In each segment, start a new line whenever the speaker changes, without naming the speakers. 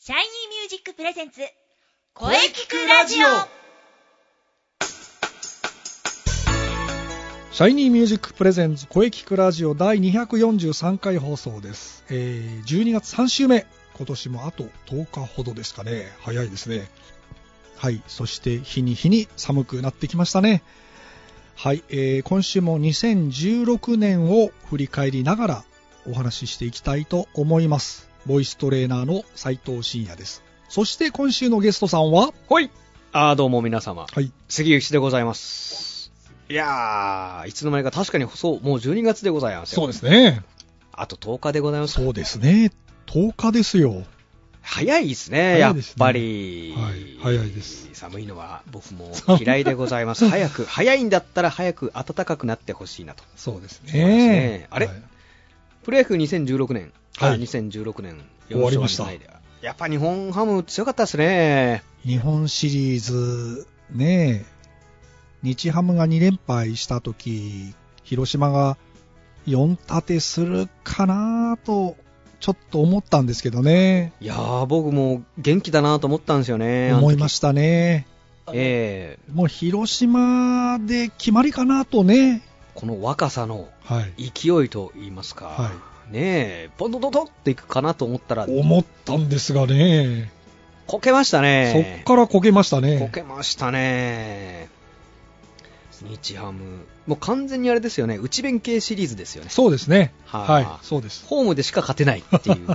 シャイニーミュージックプレゼンツ
声聞くラジオ
シャイニーミュージックプレゼンツ声聞くラジオ第243回放送です、えー12月3週目今年もあと10日ほどですかね早いですねはいそして日に日に寒くなってきましたねはい、えー今週も2016年を振り返りながらお話ししていきたいと思いますボイストレーナーの斉藤真也ですそして今週のゲストさんは
はい。あーどうも皆様。
はい
杉内でございます。いやー、いつの間にか確かにそう、もう12月でございますよ。
ですね
あと10日でございます。
そうですね10日ですよ
早いですね、
早
や
い
っ
ですね
ぱり。
はい早いです。
寒いのは僕も嫌いでござい ます。早く、早いんだったら早く暖かくなってほしいなと。
そうですね。
そうですねあれ
はい
プロ野球2016年、
はい
あ2016年、
終わりました
4勝二敗でやっぱ日本ハム強かったですね。
日本シリーズ、ねえ、日ハムが2連敗したとき、広島が4立てするかなと、ちょっと思ったんですけどね。
いやー、僕も元気だなと思ったんですよね。
思いま
し
したね。
た。ええ
もう広島で決まりかなとね。
この若さの
はい。
勢いと言いますか、
は
ねえ、ポンドドドっていくかなと思ったら、
思ったんですがね、
こけましたね。
そっからこけました
こ
ね。
けましたね。日ハム、もう完全にあれですよね、内弁慶シリーズですよね。
そうですね。
はい
はい、そうです。
ホームでしか勝てないって いう。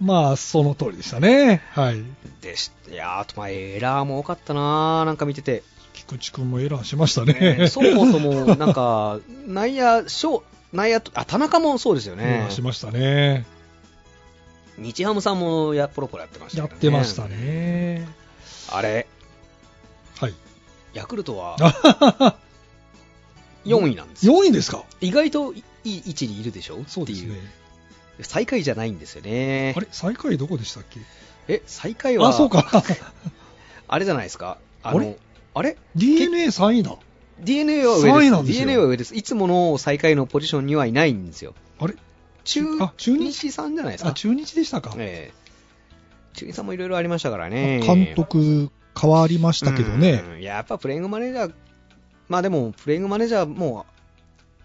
まあ、その通りでしたね。はい。
でしいやーあとまあエラーも多かったなーなんか見てて、
菊池君もエラーしました
ね
ね。
そもそもなんか、内野、ショー内野と、あ、田中もそうですよ
エラ
ね
ー。しましたね。
日ハムさんもやポロポロやってました
や
よ
っ
ね。
てました。ね。
あれ、
はい。
ヤクルトは
4
4位なんですよ
位ですか
意外といい位置にいるでしょ
そうです
ってい
ね
う。最下位じゃないんですよね
あれ、最下位どこでしたっけ
え最下位は
あ、そうか。
あれじゃないですかあの
あ
あ
れ
れ
DNA3 位だ。
d n a は上です
三位なんですよ
d n a は上ですいつもの最下位のポジションにはいないんですよ
あれ
中
あ中日
日さんじゃないです
あ、
か
中日でしたか。
ええ中日さんもいろいろありましたからね
監督変わりましたけどね。
うんやっぱプレイングマネージャーまあでもプレイングマネージャーもう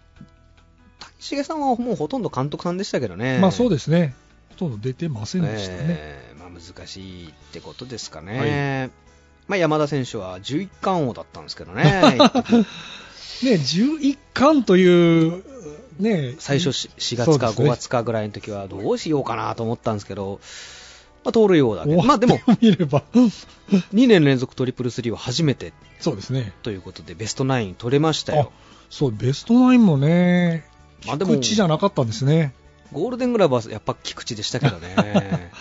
谷繁さんはもうほとんど監督さんでしたけどね
まあそうですね。ほとんど出てませんでしたね。
えーまあ、難しいってことですかね、まあ、山田選手は11冠王だったんですけどね、
ね、11冠という、ね、
最初し4月か
そうですね
5月かぐらいの時はどうしようかなと思ったんですけど、まあ、盗塁王だけど、まあ、でも
見れば、
2年連続トリプルスリーは初めて
そうですね。
ということで、ベストナイン取れました
あ
よ、、
そう、ベストナインもね、
まあでも
菊池じゃなかったんですね。
ゴールデングラブはやっぱ菊池でしたけどね。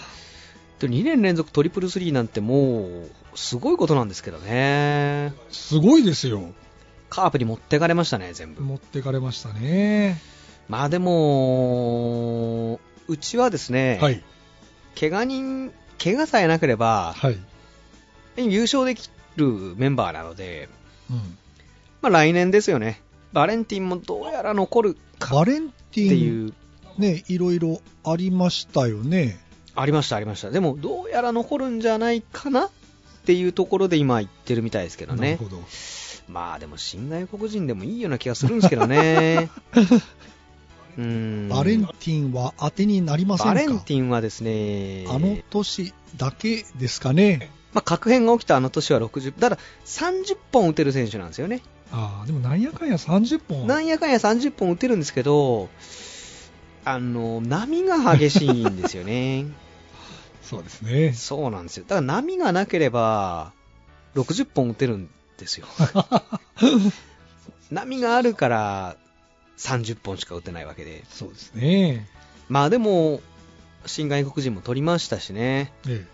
で2年連続トリプルスリーなんてもうすごいことなんですけどね、
すごいですよ。
カープに持ってかれましたね、全部。
持ってかれましたね。
まあでも、うちはですね、
はい。
怪我人、怪我さえなければ、
はい。
優勝できるメンバーなので、
うん。
まあ、来年ですよね、バレンティンもどうやら残るかっ
バレンテ
て
ィ
い
ン、
う、
ね、いろいろありましたよね。
ありました、ありました、でもどうやら残るんじゃないかなっていうところで今、言ってるみたいですけど
なる
ね
ほ、ど。
まあでも、新外国人でもいいような気がするんですけど ね。うーん
バレンティンは当てになりませんか
バレンティンはですね、
あの年だけですかね。
まあ、核変が起きたあの年は60、ただ30本打てる選手なんですよね、
ああ、でもなんやかんや30本。
なんやかんや30本打てるんですけど、あの波が激しいんですよ ね、
そうですね。
そうなんですよ、だから波がなければ、60本打てるん ですよ、波があるから30本しか打てないわけで、
そうですね。
まあでも、新外国人も取りましたしね、
え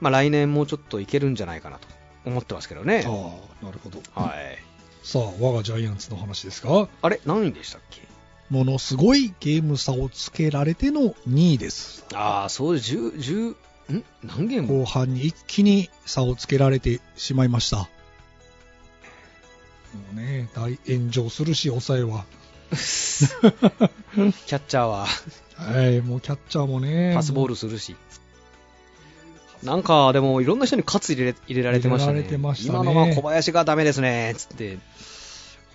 まあ、来年もうちょっといけるんじゃないかなと思ってますけど
え。あ
ね。
あ、なるほど。
はい
さあ、我がジャイアンツの話ですか。
あれ何位でしたっけ
ものすごいゲーム差をつけられての2位です。
ああ、そう、十、十、ん何ゲーム
後半に一気に差をつけられてしまいました。もうね、大炎上するし、抑えは。
キャッチャーは
はい、もうキャッチャーもね、
パスボー
ル
ルするし。なんかでもいろんな人に喝入れ入れられてましたね
入れられてましたね
今のは小林がダメですねつって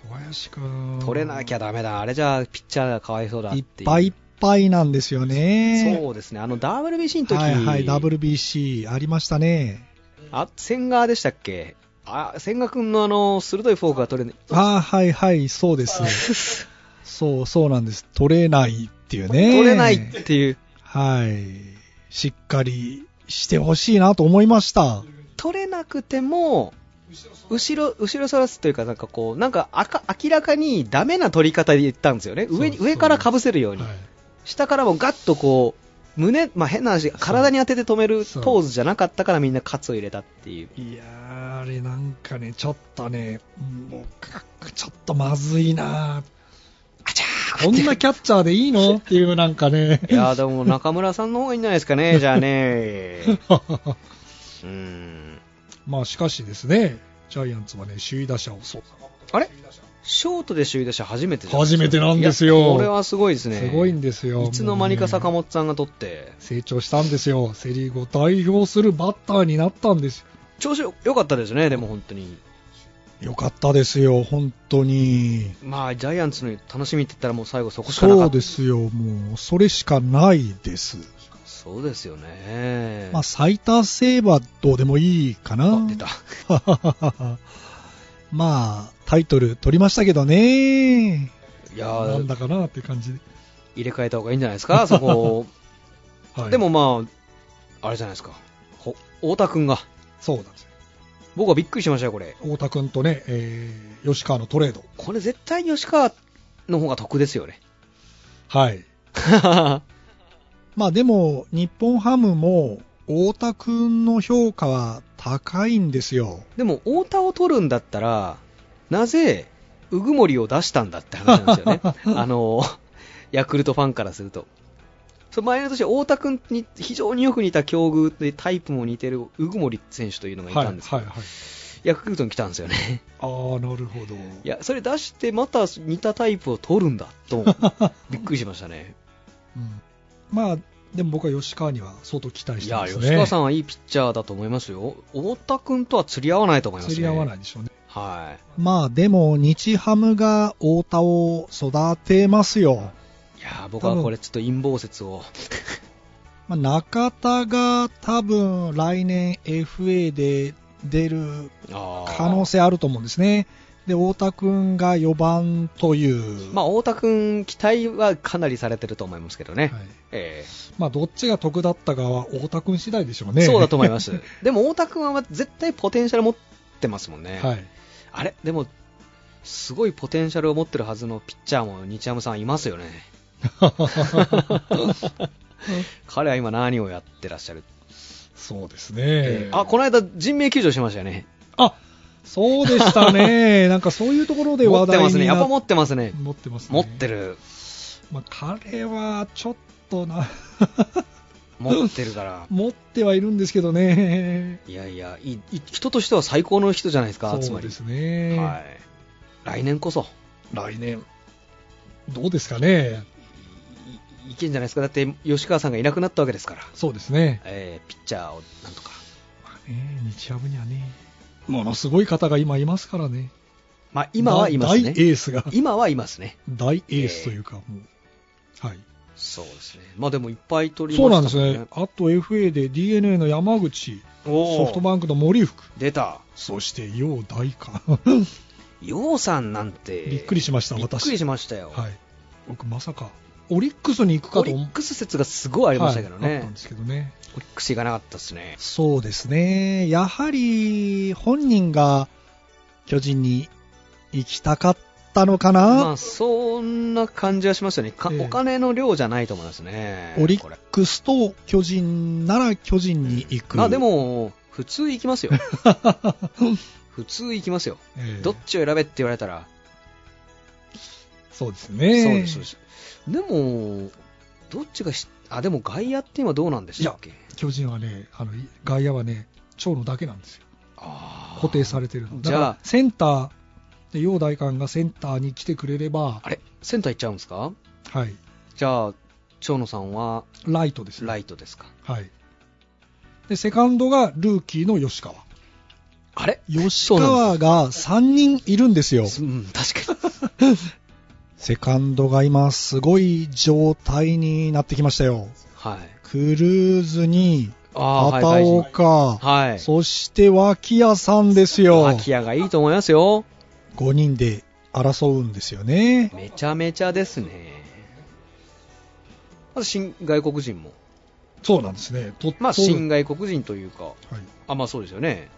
小林君
取れなきゃダメだあれじゃピッチャーがかわいそうだってい
いっ
う
ぱいいっぱいなんですよね。
そうですねあの WBC の時、
はいはい、WBC ありましたね。
あ千賀でしたっけあ千賀君のあの鋭いフォークが取れない
ああ、はいはい、そう です。そうそうなんです。取れないっていうね。
取れないっていう
はい。しっかりしてほしいなと思いました。
取れなくても後ろ後ろそらすというかなんかこうなんかあか明らかにダメな取り方で言ったんですよね上に
そうそう
上からかぶせるように、下からもガッとこう胸、まあ、変な話体に当てて止める
そう
ポーズじゃなかったからみんな喝を入れたっていう
いやー、あれなんかね、ちょっとね、もう、ちょっとまずいな
あちゃー
こんなキャッチャーでいいの っていうなんかね。
いやーでも中村さんの方がいいんじゃないですかねじゃあね うーん
まあしかしですね、ジャイアンツはね、首位打者をそう
あれショートで首位打者初めてじゃい
初めてなんです
いや
よ。
これはすごいですね
すごいんですよ。
いつの間にか坂
もうね
本さんが取って
成長したんですよ。セ・リーグを代表するバッターになったんですよ
調子良かったですねでも本当に
よかったですよ、本当に。
まあジャイアンツの楽しみって言ったらもう最後そこしかなか
そ
っ
う
た
ですよ、もう、それしかないです。
そうですよね
まあ、最多セーバーどうでもいいかな
あ。出た
まあ、タイトル取りましたけどね。
いやー
なんだかなっていう感じで。
入れ替えた方がいいんじゃないです かそこを
はい、
でも、まああれじゃないですかほ太田君が
そうなんですよ。
僕はびっくりしましたよこれ
太田君とね、えー吉川のトレード。
これ絶対吉川の方が得ですよね
はい。まあでも、日本ハムも、太田君の評価は高いんですよ。
でも太田を取るんだったらなぜ鵜久森を出したんだって話なん ですよねあのヤクルトファンからするとその前の年太田君に非常によく似た境遇でタイプも似てる鵜久森選手というのがいたんですけど、
はい、はい、はい。
ヤクルトに来たんですよね
ああ、なるほど。
いやそれ出してまた似たタイプを取るんだ とびっくりしましたね
うんまあ、でも僕は吉川には相当期待し
い
てま
や
すね。
吉川さんはいいピッチャーだと思いますよ太田君とは釣り合わないと思いますね
釣り合わないいでしょうね。
はい
まあ、でも、日ハムが太田を育てますよ。
いやー僕はこれちょっと陰謀説 を
まあ、中田が多分来年 FA で出る可
可
能性あると思うんですね。で、太田くんが4番という。
まあ、太田君、期待はかなりされてると思いますけどね、
はい
え
まあ、どっちが得だったかは太田くん次第でしょう
え
ね。
そうだと思います、 でも太田君は絶対ポテンシャル持ってますもんね、
はい。
あれ、でも、すごいポテンシャルを持ってるはずのピッチャーも日ハムさんいますよね、彼は今、何をやってらっしゃる、
そうです
え
ね
え。あこの間、人命救助しましたよね、
あそうでした ね。なんかそういうところで
持
話
って
題にな
ますね、やっぱ持ってますね、
持ってますね。
持ってる、
まあ、彼はちょっとな
持ってるから。
持ってはいるんですけどね。
いやいやいいい人としては最高の人じゃないですか、つ
そ
ま
う
り、
ですね。
はい、来年こそ
来年、どうですかね。
いいけんじゃないですか、だって吉川さんがいなくなったわけですから、
そうですね。
えーピッチャーをなんとか、
まあね日ハムにはね、ものすごい方が今いますからね。
まあ、今はいますね
大、エースが。
今はいますね、
大エースというか、もう。はい。
そうですね、まあ、でもいっぱい取り
そう
ま
なん
し
で
た
す
も
ね。あと FA で DNA の山口、
お
ソ
ー
フトバンクの森福、
出た、
そして楊大か。
洋さんなんて、
びっくりしました
びっ
私
くりしましたよ、
はい。僕まさか、オリックスに行くか
オ
と
リ
思
ッ
っ
クス説がすごいありましたけど
はいあ
ね、
ったんですけどね。
オリックス行かなかったですね、
そうですね、やはり本人が巨人に行きたかったのか
ま
な、
あ、そんな感じはしましたね、か
ええ
お金の量じゃないと思いますね、
オリッ
これ
クスと巨人なら巨人に行く。
まあで、も、普通行き ますよ、普通行きますよ。
ええ
どっちを選べって言われたら、
そうですね。
そうです、そうです。でも、どっちがし、あ、でも外野って今どうなんでしたっけ
巨人はね、あのい外野はね、長野だけなんですよ、
あー
固定されてるの。
じ
だ
ゃ
か
あ
らセンターで、陽大官がセンターに来てくれれば、
あれ、センター行っちゃうんですか
はい、
じゃあ、長野さんは
ライトですね。
ライトですか。
はい。で、セカンドがルーキーの吉川。
あれ
吉
そうな
川が3人いるんですよ。
うん、確かに。
セカンドが今すごい状態になってきましたよ。
はい。
クルーズに、
ああ、はい、
畑
大臣
岡、
はい。
そして脇屋さんですよ。
秋谷がいいと思いますよ。
5人で争うんですよね。
めちゃめちゃですね。まず新外国人も。
そうなんですね。と
まあ、
そう
新外国人というか、
はい
あ、まあそうですよね。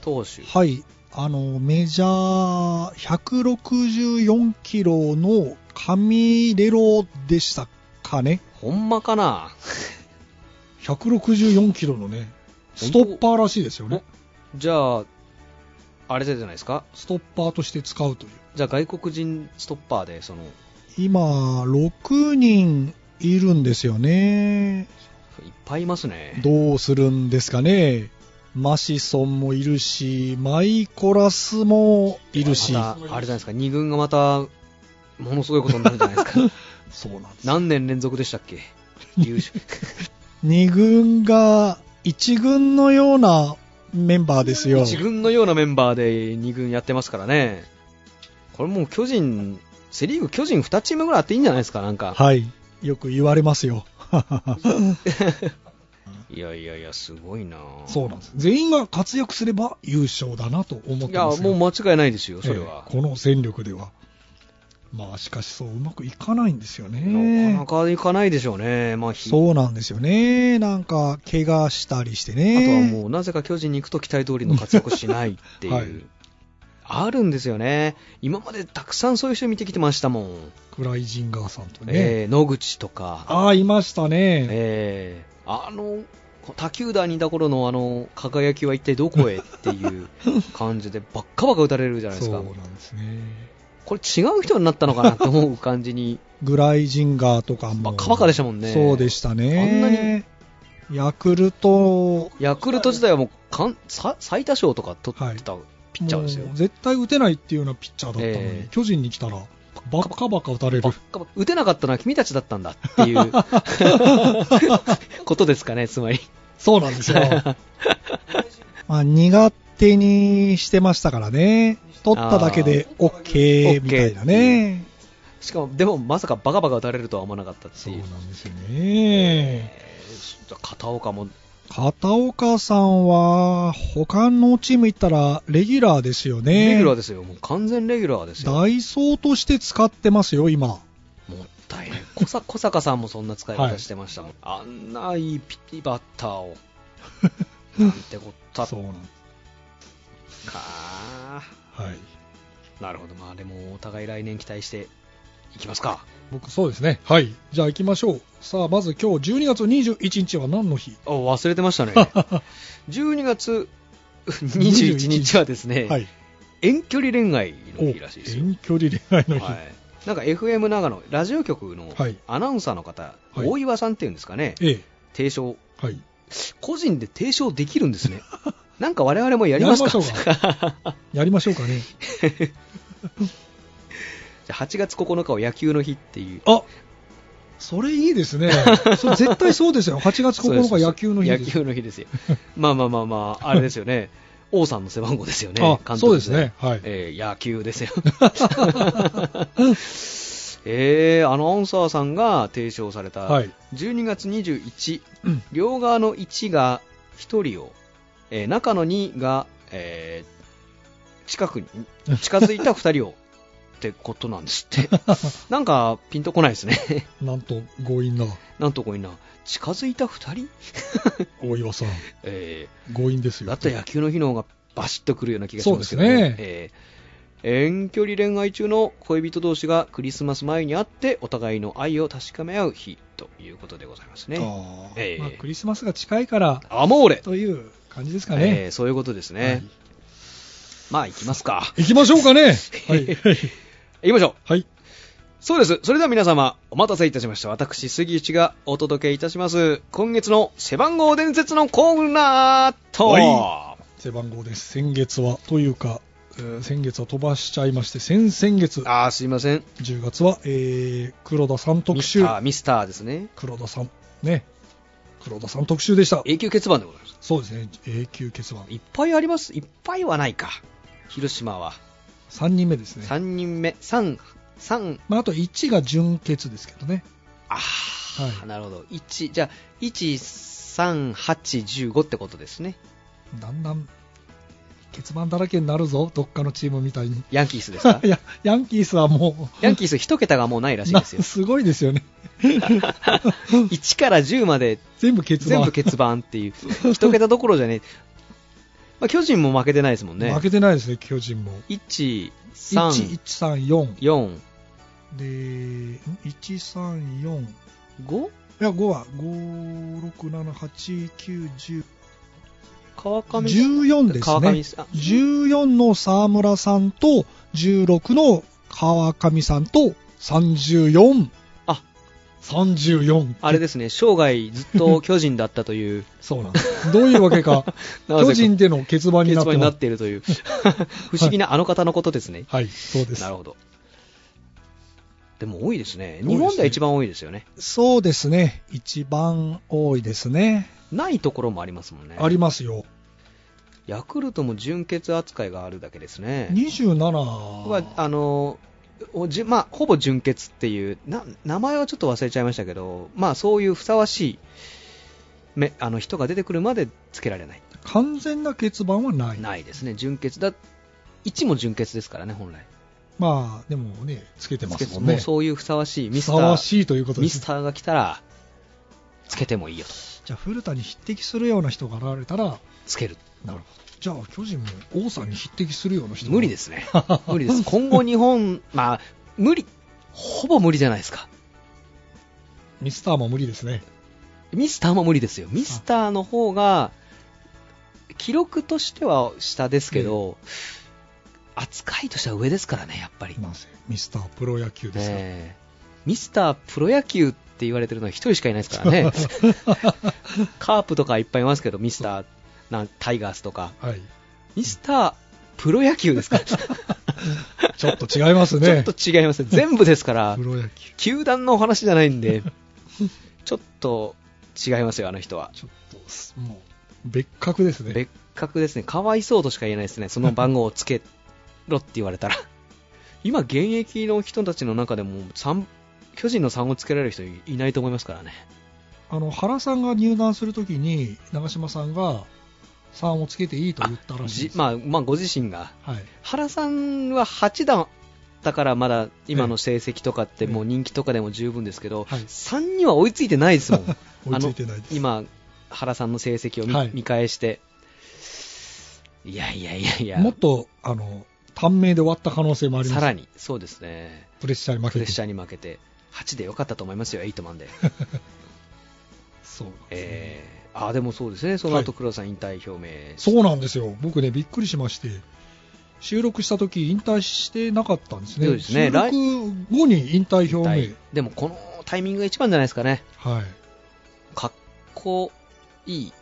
投手。
はい、あのメジャー164キロのカミレロでしたかね、
ほんまかな
164キロのね、ストッパーらしいですよね、
じゃあ、あれじゃないですか。
ストッパーとして使うという、
じゃあ外国人ストッパーで、その、
今、6人いるんですよね、
いっぱいいますね。
どうするんですかね。マシソンもいるし、マイコラスもいるし、
また、あれじゃないですか。二軍がまた、ものすごいことになるんじゃないですか。
そうなんです。
何年連続でしたっけ優勝。
2軍が1軍のようなメンバーですよ。
自軍のようなメンバーで2軍やってますからね、これもう巨人、セ・リーグ、巨人2チームぐらいあっていいんじゃないですか、なんか、
はい。よく言われま すよ。
いやいやいや、すごいな、
そうなんです。全員が活躍すれば優勝だなと思っ
い
て
や、
ますよ。
もう間違いないですよ、それは
ええ。この戦力では。まあ、しかしそう、うまくいかないんですよ
なか
ね
な。かいかないでしょうね、まあ、ひ
そうなんですよね。なんか、怪我したりして
あとは
ね。
もう、なぜか巨人に行くと期待通りの活躍しないっていう、
はい
あるんですよね、今までたくさんそういう人見てきてましたもん、
クライジンガーさんとね。
えー野口とか、
ああ、いましたね。
ええあの他球団にいた頃のあの輝きは一体どこへって いう感じでばっかばっか打たれるじゃないです
そ
か
うなんですね。
これ違う人になったのかなと思う感じに
グライジンガーとか
ば
も。
っかばっかでしたもんね
そうでしたね。あんなに。ヤクルト
ヤクルト自体はもうかんさ最多勝とか取ってたピッチャーですよ、
もう絶対打てないっていうようなピッチャーだったのに、
ええ
巨人に来たら、バッカバカ打たれ
ば
る
っ。かばっか打てなかったのは君たちだったんだっていう ことですかねつまり
そうなん ですよ。まあ、苦手にしてましたからね。取っただけで OK みたいなね。
しかもでもまさかバカバカ打たれるとは思わなかったって
そう
いう
なんですよね。
えー片岡も
片岡さんは、他のチーム行ったらレギュラーですよね。
レギュラーですよ、もう完全レギュラーですよ、も
ダイソーとして使ってますよ、今。
ったいない、小さ小坂さんもそんな使い方してましたもん、あんないいピッチバッター を、なんてこった
そうなん
か、
はい。
なるほど、まあでもお互い来年期待していきますか、
僕そうですねはいじゃあ行きましょうさあまず今日12月21日は何の日
あ忘れてました ね、12月
21
21日はですね、
はい
遠距離恋愛
お
の日らしいですよ。
遠距離恋愛の日、
はいなんか FM 長野、ラジオ局の
はい
アナウンサーの方、
はい
大岩さんっていうんですかね、
ええ
提唱
はい
個人で提唱できるんですね。なんか我々もやりますか
やりましょう やりましょうかね
じゃあ8月9日を野球の日っていう。
あそれいいですねそれ絶対そうですよ8月9日野球の日
野
です
球の日ですよ。 まあまあまあまあ、あれですよ ね。王さんの背番号ですよね。監
あ
督
そうですね。はい、
えー野球ですよ。 えー、アナウンサーさんが提唱された、
はい
12月21、
うん
両側の1が1人を、えー中の2が、えー近くに近づい た2人をってことなんですってなんかピンとこないですね
なんと強引な
なんとこいな近づいた2人、
大岩さん
え
強引です
ー
よ
だったら野球の日の方がバシッとくるような気がしますけど
そう
ね
ですね
えー遠距離恋愛中の恋人同士がクリスマス前に会ってお互いの愛を確かめ合う日ということでございますね
ああ、
ええ
まあ、クリスマスが近いから
アモーレ
という感じですかね、
えーそういうことですね、
はい
まあ行きますか
行きましょう かねはい
行きましょう
はい
そうですそれでは皆様お待たせいたしました私杉内がお届けいたします今月の背番号伝説のコーナーと、
は背番号です先月はというか、えー先月は飛ばしちゃいまして先々月
ああすいません
10月は、えー黒田さん特
ミス
集
ターミスターですね
黒田さんね黒田さん特集でした
永久欠番でございます
そうですね、永久欠番。
いっぱいありますいっぱいはないか広島は
3人目ですね。
3人目3 3
まあ、あと1が純欠ですけどね。
ああ、
はい
なるほど1じゃあ13815ってことですね
だんだん、欠番だらけになるぞ、どっかのチームみたいに。
ヤンキースですか
いや、ヤンキースはもう、
ヤンキース一桁がもうないらしい ですよ
なすごいですよね。
1から10まで
全部欠
全
番。
部欠番っていう一桁どころじゃねえ、まあ、巨人も負けてないですもんね
負けてないですね、巨人も。1、
134
1、3、4。で、ん1、3、4。
5
いや、5は、5、6、7、8、9、10。
川上
14ですね。
川上さん
14の沢村さんと、16の川上さんと、34。
あ、
34。
あれですね生涯ずっと巨人だったという
そうなんです。どういうわけか、
なぜか
巨人での欠番に
欠
なって
番に
ま
なっ
す。
ていると いう不思議なあの方のことですね、
はい、そうです
な。るほどでも多いですね
多いですね
日本では一番多いですよね
そうですね。一番多いですね。
ないところもありますもんね
ありますよ。
ヤクルトも純血扱いがあるだけですね
27
は
は、
あのおじまあ、ほぼ純血っていうな、名前はちょっと忘れちゃいましたけど、まあ、そういうふさわしいめあの人が出てくるまでつけられない、
完全な欠番はない。
ないですね、純血だ、1も純血ですからね、本来、
まあ、でもね、つけてま
つけ
す
て
もん
も
ね。
うそういうふさわしいミ
ふ
スタ
さわ
ー
しいということで
ミ
す
ス
ね。
ターが来たら、つけてもいいよと、
じゃあ、古田に匹敵するような人が現れたら、
つける、
なるほど。じゃあ、巨人も王さんに匹敵するような人が
無理で。す ね、無理です、今後、日本、まあ、無理、ほぼ無理じゃないですか。
ミスターも無理ですね。
ミスターも無理ですよ、ミスターの方が記録としては下ですけど、扱いとしては上ですからね、やっぱり、
なんせミスタープロ野球ですよ。
ええミスタープロ野球って言われてるのは一人しかいないですからね、 カープとかいっぱいいますけど、ミスターなんタイガースとか、
はい。
ミスタープロ野球ですから、ち
ちょっと違 います
ょっ
ね。
と違い ますね、全部ですから
プ、ロ野球。
球団のお話じゃないんで、ちょっと違いますよ、あの人は。
ちょっとす、もう、別格ですね。
別格ですね、かわいそうとしか言えないですね、その番号をつけろって言われたら、今、現役の人たちの中でも三、巨人の3をつけられる人いいないと思いますからね、
あの、原さんが入団するときに、長嶋さんが3をつけていいと言ったらしい
じ
です。
まあまあ、ご自身が、
はい。
原さんは8段だから、まだ今の成績とかって、
ええ
もう人気とかでも十分ですけど、
はい
3には追いついてないですも ん、
追いついてないです。
今、原さんの成績を見,、
はい
見返して。いやいやいやいや、
もっと、あの、短命で終わった可能性もあります。
さらに、そうです ね。
プレッシャーに負
プレ
け
ッシ
て。
ャーに負けて、8でよかったと思いますよ、エイトマン で。
そうなんですね
えー、あーでもそうですね、その後黒田さん引退表明、
そうなんですよ。僕ね、びっくりしまして、収録した時引退してなかったんですね。
そうですね
収録後に引退
引
表
退
明。
でもこのタイミングが一番じゃないですかね、
はい。
かっこいい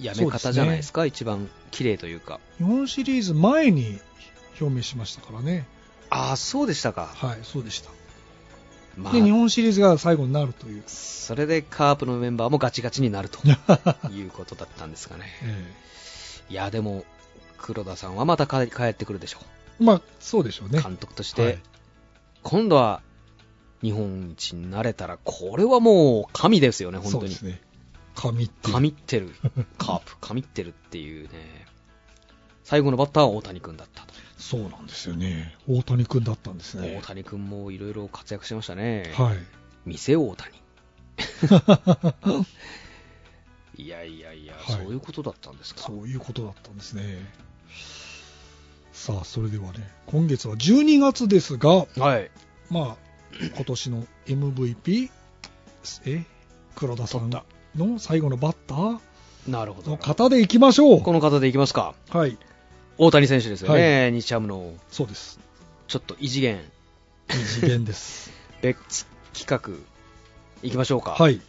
やめ方じゃないですか、一番綺麗というか、
日本シリーズ前に表明しましたからね。
ああ、そうでしたか、
はい、そうでした。
ま
で、日
あ、
本シリーズが最後になるという。
それでカープのメンバーもガチガチになる ということだったんですかね、
え
いや、でも黒田さんはまた帰帰ってくるでしょ
えまあ、そうでしょう
う、
ね。
監督として。
はい
今度は日本一になれたら、これはもう神ですよね、本
そう
当
で
に
す。ね。神っていう。
神って る、カープ、神ってるっていうね、最後のバッターは大谷君だったと、
そうなんですよね。大谷君だったんです
大
ね。
谷君もいろいろ活躍しましたね、
はい。
店大 谷。いやいやいや、
はい
そういうことだったんですか。
そういうことだったんですね。さあ、それではね、今月は12月ですが、
はい、
まあ、今年の MVP、え黒田さんの最後のバッター
なるほど
の。方でいきましょう。
この方でいきますか。
はい、
大谷選手ですよね、日ハムの、
そうです。
ちょっと異次元、
二次元 です。
別企画、いきましょうか。
はい、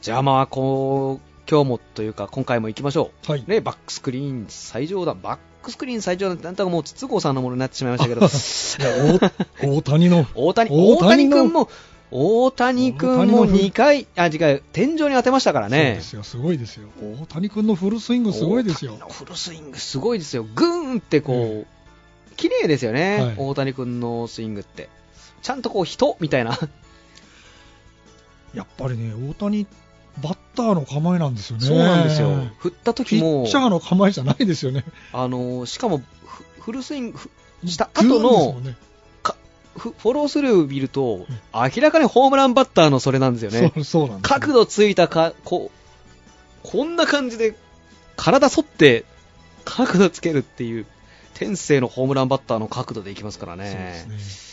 じゃあまあこう、今日もというか、今回も行きましょ
はい。
う。ね、バックスクリーン最上段、バックスクリーン最上段って、なんとかもう 筒香さんのものになってしまいましたけど、
いやお大谷の、
大谷、
大
大
谷
谷
の
君も、大谷君も2回、あ、違う、天井に当てましたから
そうで
ね。
すよ、すごいですよ。大谷君のフルスイングすごいですよ
大。谷のフルスイングすごいですよ。グーンってこう、綺麗ですよね、
はい
大谷君のスイングって。ちゃんとこう、人みたいな。
やっぱりね、大谷、バッターの構えなんですよね。
そうなんですよ。振った
ピ
時も
ッ、チャーの構えじゃないですよね。
あの、しかも、フフルスイング、フした
グーン
後
ですも
の
んね
フフォロースルーを見ると、明らかにホームランバッターのそれなんですよね。
そうそうなんですよ
角度ついたか、こう、こんな感じで、体反って、角度つけるっていう、天性のホームランバッターの角度でいきますから
そう
ね。
です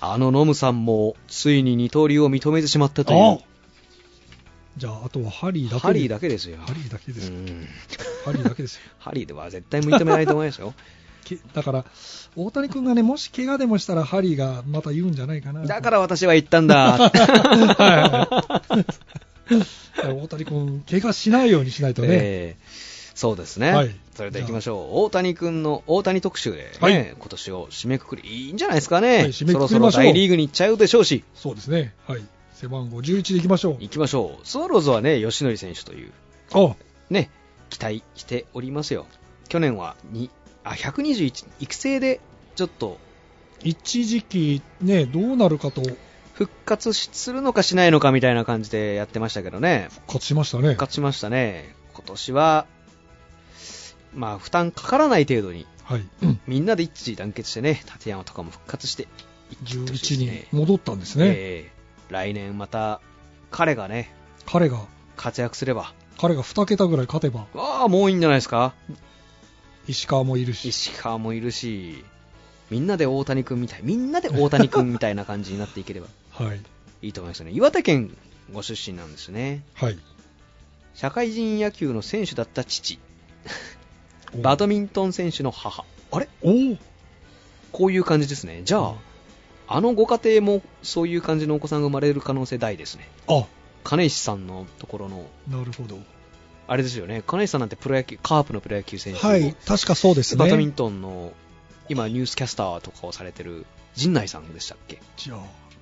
あのノムさんも、ついに二刀流を認めてしまったと
ね。あ
い
じゃあ、あとはハリーだ
う、
け。
ハリーだけですよ。
ハリーだけです
う
よ。
ん
ハリーだけですよ。
ハリーでは絶対認めないと思いますよ。
けだから、大谷君がね、もし怪我でもしたら、ハリーがまた言うんじゃないかな。
だから私は言ったんだ。
大谷君、怪我しないようにしないとね。
えーそうですね、
はい
それでは行きましょう、大谷君の大谷特集で、ね
はい
今年を締めくくり、いいんじゃないですかね、
はい締め
そろ
くく
そ
り
ろ
ましょう
大リーグに行っちゃうでしょうし、
そうですね。はい。背番号11でいきましょう。
行きましょう、スワローズはね、吉典選手という、
あ
ね、期待しておりますよ、去年はにあ121、育成でちょっと
一時期、ね、どうなるかと復
復活しするのかしないのかみたいな感じでやってましたけどね、
活しましたね。
復活しましたね、今年は、まあ、負担かからない程度に。
はい。うん
みんなで一致団結してね、立山とかも復活して、
11に戻ったんですね。
えー来年また、彼がね、
彼が、
活躍すれば、
彼が2桁ぐらい勝てば、
ああ、もういいんじゃないですか、
石川もいるし。
石川もいるし、みんなで大谷君みたい、みんなで大谷君みたいな感じになっていければ
はい。
いいと思いますよね、岩手県ご出身なんですね、
はい。
社会人野球の選手だった父、バドミントン選手の母、あれ、
おお
こういう感じですね、じゃあ、あのご家庭もそういう感じのお子さんが生まれる可能性大ですね。
あ、
金石さんのところの、
なるほど。
あれですよね、金石さんなんてプロ野球、カープのプロ野球選手、
はい。確かそうですね。
バドミントンの、今ニュースキャスターとかをされてる陣内さんでしたっけ
じゃあ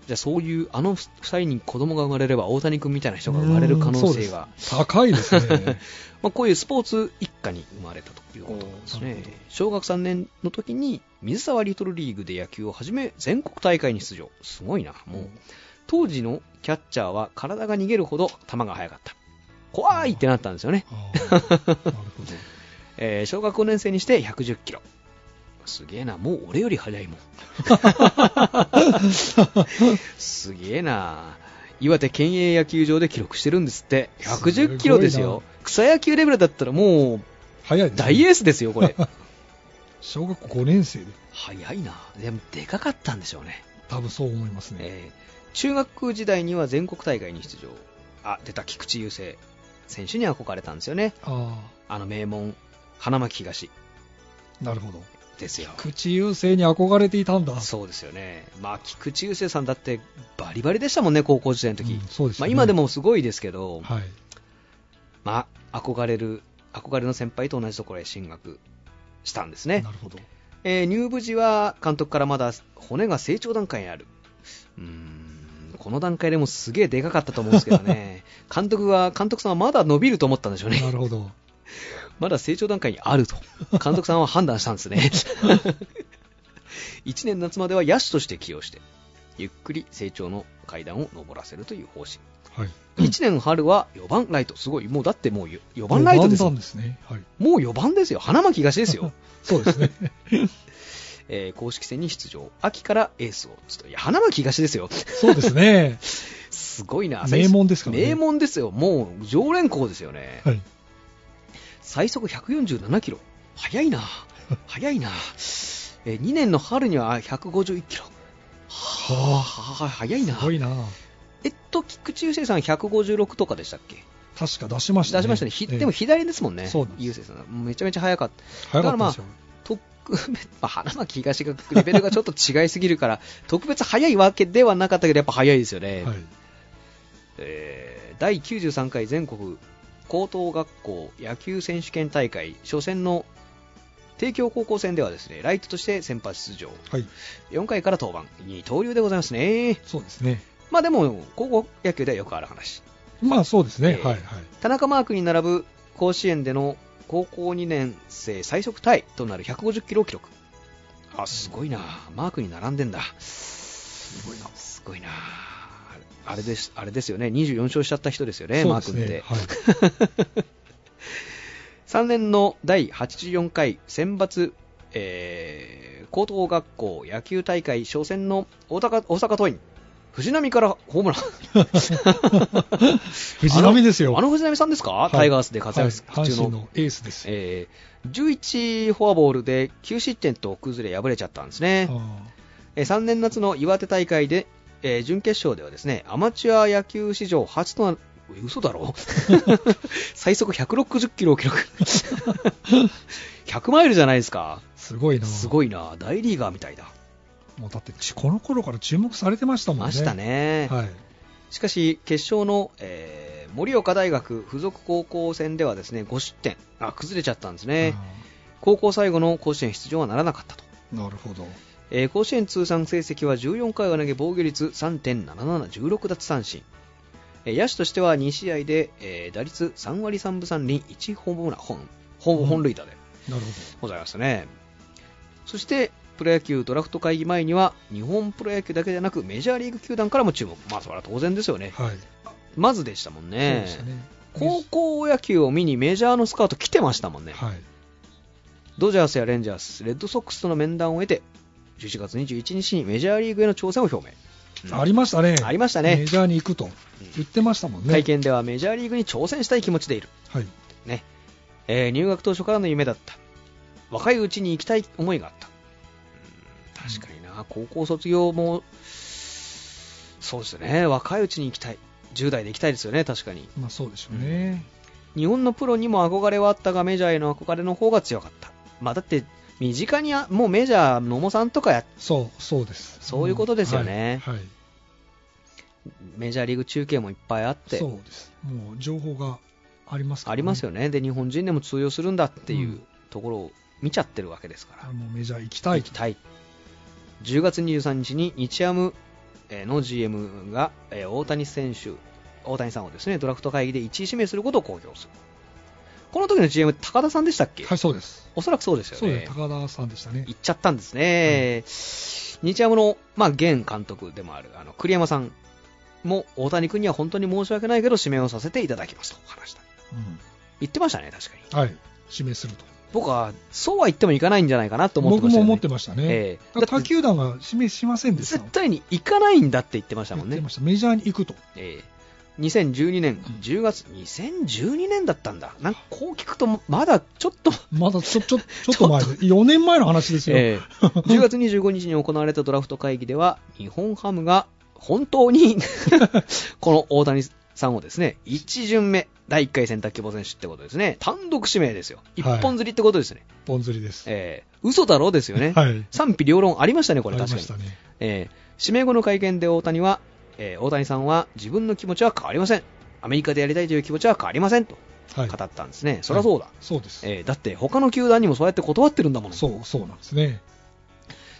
じゃあそういう、あの二人に子供が生まれれば大谷君みたいな人が生まれる可能性が、
高いです ね。
まあ、こういうスポーツ一家に生まれたということなんです
おーな
ね
るほど。
小学3年の時に水沢リトルリーグで野球を始め、全国大会に出場。すごいな、もう。当時のキャッチャーは体が逃げるほど球が速かった。怖いってなったんですよね。
あーなるほど。
えー小学5年生にして110キロ。すげえな、もう俺より速いもん。すげえな。岩手県営野球場で記録してるんですって。110キロです
すごい
よ
な。
草野球レベルだったらもう
早いです、
大エースですよ、こ れ。
小学校5年生で、
速いな。でも、でかかったんでしょうね。
多分そう思いますね。
えー中学時代には全国大会に出場。あ、出た、菊池雄星選手に憧れたんですよね。
あ
あの名門、花巻東
あ、なるほど。
ですよ。
口優勢に憧れていたんだ。
そうですよね、まあ、菊池雄星さんだってバリバリでしたもんね、高校時代の時、
うんそうですよね
まあ今でもすごいですけど、
はい。
まあ、憧れる憧れの先輩と同じところへ進学したんですね
な、るほど。
えー入部時は監督からまだ骨が成長段階にある、うーん、この段階でもすげえでかかったと思うんですけど ね、監督は監督さんはまだ伸びると思ったんでしょうね。
なるほ ど。
まだ成長段階にある と、監督さんは判断したんですね。1年夏までは野手として起用して、ゆっくり成長の階段を上らせるという方針。
はい。
1年春は4番ライト、すごい、もうだってもう4番ライトです
四
よ。
番ですね。はい。
もう4番ですよ、花巻東ですよ。
そうですね。
えー公式戦に出場、秋からエースを打つと、いや、花巻東ですよ。
そうですね。
すごいな、
名門ですからね
名門ですよ、もう常連校ですよね。
はい。
最速147キロ、速 いな、速いな、え2年の春には151キロ、はあ、速いな
す、ごいな。
えっと、菊池雄星さん156とかでしたっけ、
確か出しましたね。
出しましたね、ひ
ええ
でも左ですもんね、
そうなんです
雄星さん、めちゃめちゃ速かった、
早かったですよ。
特別、 まあ、花巻東がレベルがちょっと違いすぎるから、特別速いわけではなかったけど、やっぱ速いですよね。
はい。
えー第93回全国高等学校野球選手権大会初戦の帝京高校戦ではですねライトとして先発出場
はい。
4回から登板二刀流でございますね
そうですね。
まあでも、高校野球ではよくある話。
まあそうですね、
えー
はいはい。
田中マークに並ぶ甲子園での高校2年生最速タイとなる150キロを記録。あ、すごいな。マークに並んでんだ。すごいな。すごいな。あれあれです、あれですよね。24勝しちゃった人ですよね、
そ
マ
う
ー
で
ク
す
って。
ね、はい。
3年の第84回選抜、えー高等学校野球大会初戦の大阪大阪桐蔭、藤浪からホームラン、
藤浪ですよ。
あの藤浪さんですか、
はい
タイガースで活躍
はい
中の、
阪神のエースです。
えー11フォアボールで9失点と崩れ敗れちゃったんですね、
あ
えー3年夏の岩手大会で、えー準決勝ではですねアマチュア野球史上初となる、え嘘だ ろ最速160キロを記録、100マイルじゃないですか。
ーすごいな。
すごいな、大リーガーみたいだ。
もうだってちこの頃から注目されてましたもんね。
ましたね。
はい。
しかし、決勝の、えー盛岡大学附属高校戦ではですね、5失点。あ、崩れちゃったんですね。高校最後の甲子園出場はならなかったと。
うんなるほど。
えー甲子園通算成績は14回を投げ防御率3.7716奪三振。えー野手としては2試合で、えー打率3割3分3厘1ホームラン、本、本本塁打で
なる
ございましたね。そして、プロ野球ドラフト会議前には、日本プロ野球だけでなく、メジャーリーグ球団からも注目。まあ、それは当然ですよね。
ほど。はい。
まずでしたもん
そう
ね
で。したね。
高校野球を見にメジャーのスカウト来てましたもんね。
はい。
ドジャースやレンジャース、レッドソックスとの面談を得て、11月21日にメジャーリーグへの挑戦を表明。うん
ありましたね。
ありましたね
メジャーに行くと言ってましたもんね。
会見ではメジャーリーグに挑戦したい気持ちでいる。
はい。
ね。えー入学当初からの夢だった。若いうちに行きたい思いがあった。うん確かにな、高校卒業も、そうですよね、若いうちに行きたい。10代で行きたいですよね、確かに。
まあそうでしょうね。
日本のプロにも憧れはあったが、メジャーへの憧れの方が強かった。まあだって、身近にあもうメジャー、野茂さんとかや、
そう、そうです。
そういうことですよね
うんはい。は
メジャーリーグ中継もいっぱいあっ
い
て、
そうです。もう情報がありますから
あり
ね
ますよね。で、日本人でも通用するんだっていううんところを見ちゃってるわけですから。
あもうメジャー行きたい
行き。たい10月23日に日ハムえーの GM がえー大谷選手大谷さんをですねドラフト会議で1位指名することを公表するこの時の GM 高田さんでしたっけ、
はい、そうです。
おそらくそうですよ
そうで
ね
す。高田さんでしたね。
行っちゃったんですね、日ハムの、まあ、現監督でもあるあの栗山さんも大谷君には本当に申し訳ないけど指名をさせていただきますと話した
う
言ってましたね確かに
ん。はい。指名すると。
僕はそうは言ってもいかないんじゃないかなと思って
僕
ました
も
よね
思ってましたね。
ええ
だから他球団が指名しませんでした
絶
もん。
対に行かないんだって言ってましたもん
言って
ね
ま。したメジャーに行くと。
えー2012年10月、2012年だったんだ。なんかこう聞くと、まだちょっと、
まだちょ、 ちょ、ちょっと前で、4年前の話ですよ。
えー 10月25日に行われたドラフト会議では、日本ハムが本当 に、この大谷さんをですね、1巡目、第1回選択希望選手ってことですね。単独指名ですよ。一本釣りってことですね。
ポン釣りです。
えー嘘だろうですよね。
はい。
賛否両論ありましたね、これ
あり
確か
ま
に
し。たね。
えー指名後の会見で大谷は、えー大谷さんは自分の気持ちは変わりません。アメリカでやりたいという気持ちは変わりませんと
はい。
語ったんですね。そりゃそうだ、
そうです。
えーだって他の球団にもそうやって断ってるんだもの。
そう、そうなんですね。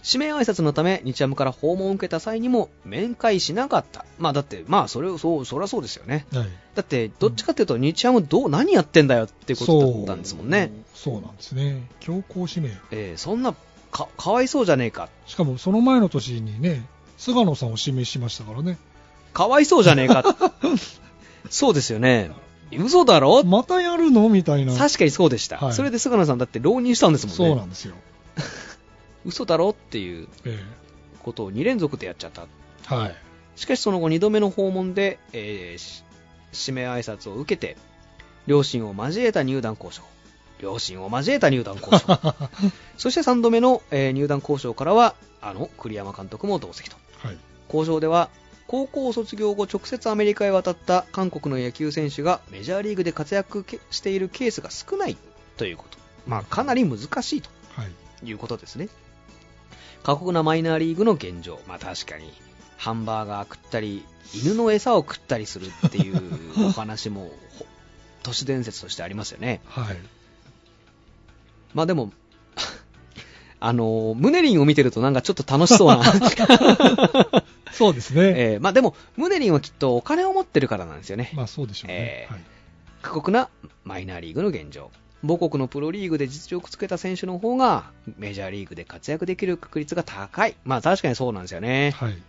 指名挨拶のため、日ハムから訪問を受けた際にも面会しなかった。まあだって、まあそれを、そう、そりゃそうですよね。
はい。
だって、どっちかっていうと日ハムどう、何やってんだよっていうことだったんですもんね。
そうなんですね。強行指名。
えーそんな、か、かわいそうじゃねえか。
しかも、その前の年にね、菅野さんを指名しましたからね。
かわいそうじゃねえ か。そうですよね。嘘だろ
またやるのみたいな。
確かにそうでした、
はい
それで菅野さんだって浪人したんですもんね
そうなんですよ。
嘘だろっていう
え
ことを2連続でやっちゃった
えはい。
しかしその後2度目の訪問で、えーし指名挨拶を受けて両親を交えた入団交渉両親を交えた入団交渉そして3度目の、えー入団交渉からはあの栗山監督も同席と
はい。
交渉では高校卒業後直接アメリカへ渡った韓国の野球選手がメジャーリーグで活躍けしているケースが少ないということ、まあ、かなり難しいと
はい。
いうことですね過酷なマイナーリーグの現状、まあ、確かにハンバーガー食ったり犬の餌を食ったりするっていうお話もほ都市伝説としてありますよね
はい。
まあでも あのムネリンを見てるとなんかちょっと楽しそうな
そうですね。
えーまあ、でも、ムネリンはきっとお金を持ってるからなんですよね。
まあそうでしょうね。
えー
はい
過酷なマイナーリーグの現状母国のプロリーグで実力をつけた選手の方がメジャーリーグで活躍できる確率が高いまあ確かにそうなんですよね、
はい。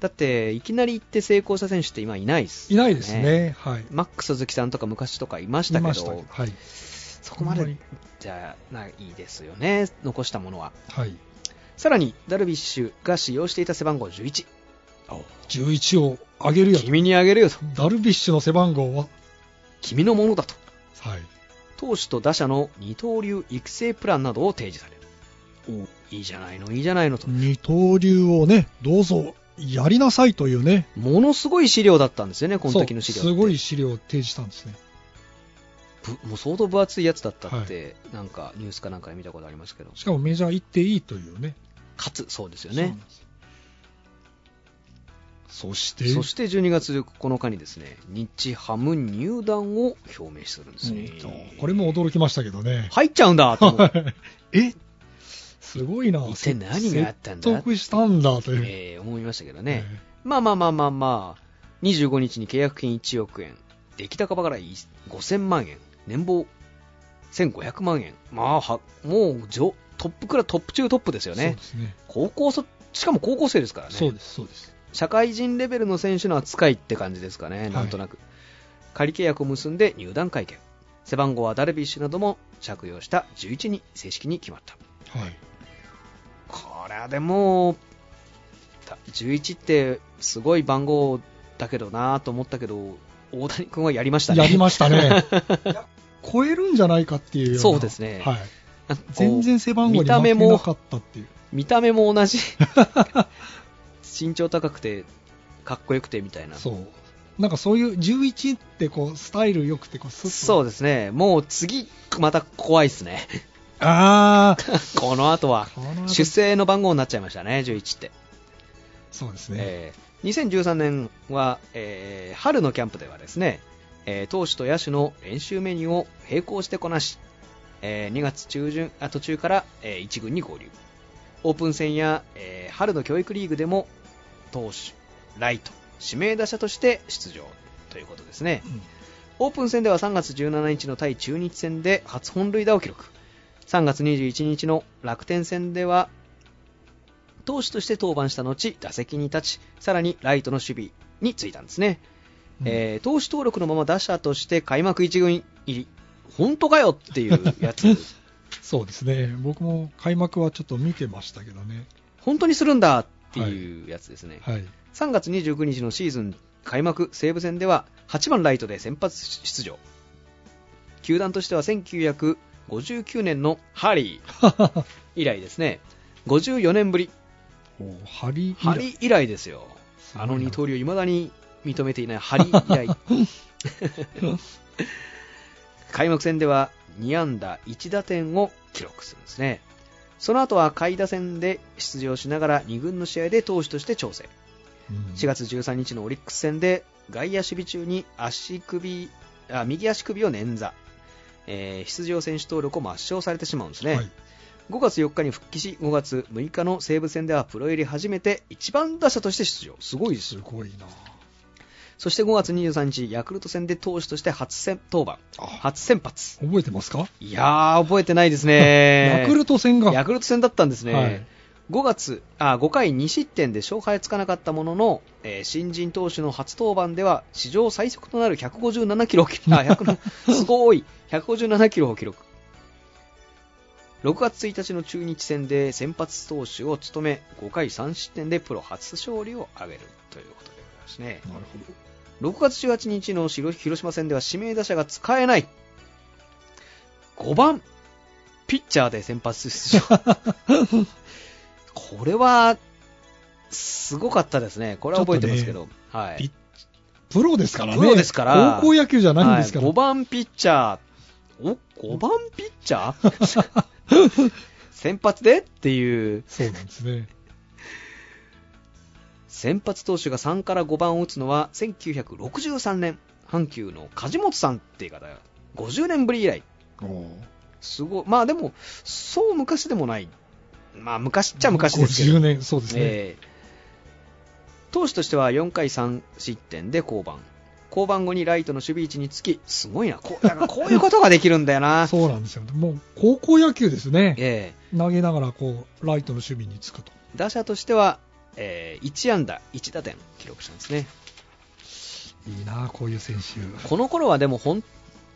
だっていきなり行って成功した選手って今いないです、
いないですね。はい。
マックス鈴木さんとか昔とかいまし
い
たけ
ま
ど
したけど。はい。
そこま
ほん
で
に
じゃないですよね残したものは
はい。
さらにダルビッシュが使用していた背番号11
11を上げるやと。
君にあげるよと
ダルビッシュの背番号は、
君のものだと
はい。
投手と打者の二刀流育成プランなどを提示されるいいじゃないのいいじゃないのと
二刀流をね、どうぞやりなさいというね、
ものすごい資料だったんですよね、この時の資料って
そうすごい資料を提示したんですね。
ぶもう相当分厚いやつだったって、なんかニュースかなんかで見たことありますけど、
しかもメジャー行っていいというね。
かつそうですよ
そうなん
ね、
ですそして、
そして12月9日にですね日ハム入団を表明するんですね、
うんこれも驚きましたけどね。
入っちゃうんだと 思って、
えすごいな。
一体何があったんだ
説得したんだという。
えー思いましたけどね、まあまあまあまあまあ、25日に契約金1億円、出来高払い5000万円、年俸1500万円、まあはもう上トップからトップ中トップです
え
よ
そう
ね
で。すね。
高校卒しかも高校生ですからね
そうです、そうです。
社会人レベルの選手の扱いって感じですかね、
い
なんとなく仮契約を結んで入団会見背番号はダルビッシュなども着用した11に正式に決まった
はい。
これはでもた11ってすごい番号だけどなと思ったけど大谷君はやりましたね
やりましたね。超えるんじゃないかっていうよな
そうですね
はい。
なんかこう
全然背番号
見
に負
た
け
目も
なかったっていう。
見た目も同 じ身長高くてかっこよくてみたいな
そう。なんかそういう11ってこう、スタイル良くてこう、スッと。
そうですね、もう次、また怖いですね、
ああ。
この後は、
この後
出生の番号になっちゃいましたね、11って。
そうですね。
えー2013年は、えー春のキャンプではですね、えー投手と野手の練習メニューを並行してこなし、え2月中旬あ途中から、え1軍に合流オープン戦や、えー春の教育リーグでも投手、ライト、指名打者として出場ということですね、
うん
オープン戦では3月17日の対中日戦で初本塁打を記録3月21日の楽天戦では投手として登板した後打席に立ちさらにライトの守備についたんですね、
うん
えー投手登録のまま打者として開幕1軍入り本当かよっていうやつ
そうですね。僕も開幕はちょっと見てましたけどね。
本当にするんだっていうやつですね、
はい。
3月29日のシーズン開幕西武戦では8番ライトで先発出場球団としては1959年のハリー以来ですね54年ぶり
おうハリー以来
ハリー以来ですよ
すごいな
あの二刀流をいまだに認めていないハリー以来 開幕戦では2安打1打点を記録するんですねその後は下位打線で出場しながら2軍の試合で投手として調整
うん
4月13日のオリックス戦で外野守備中に足首あ右足首を捻挫、えー出場選手登録を抹消されてしまうんですね、
はい
5月4日に復帰し5月6日の西武戦ではプロ入り初めて1番打者として出場すごいです
す
よ
ごいな。
そして5月23日ヤクルト戦で投手として初先登板初先発
覚えてますか、
いやー覚えてないですね
ヤクルト戦が。
ヤクルト戦だったんですね、
はい
5, 月あ5回2失点で勝敗はつかなかったものの、えー新人投手の初登板では史上最速となる157キロを記あ100すごい157キロを記録6月1日の中日戦で先発投手を務め5回3失点でプロ初勝利を挙げるということでございますね
なるほど。
6月18日の広広島戦では指名打者が使えない5番ピッチャーで先発出 場これはすごかったですねこれは覚えてますけど、は
ピッ
い、
プロですからね。
プロですから
高校野球じゃないんですから。
はい、5番ピッチャーお5番ピッチャー 先発でっていう
そうなんですね。
先発投手が3から5番を打つのは1963年阪急の梶本さんっていう方が50年ぶり以来すごいまあでもそう昔でもないまあ昔っちゃ昔ですけど
50年、そうですね。
ええ投手としては4回3失点で降板。降板後にライトの守備位置につき、すごいな、こうだからこういうことができるんだよな。
そうなんですよ。もう、高校野球ですね。
ええ
投げながら、こう、ライトの守備につくと。
打者としては、えー1安打1打点記録したんですね。
いいなあこういう選手。
この頃はでもほん、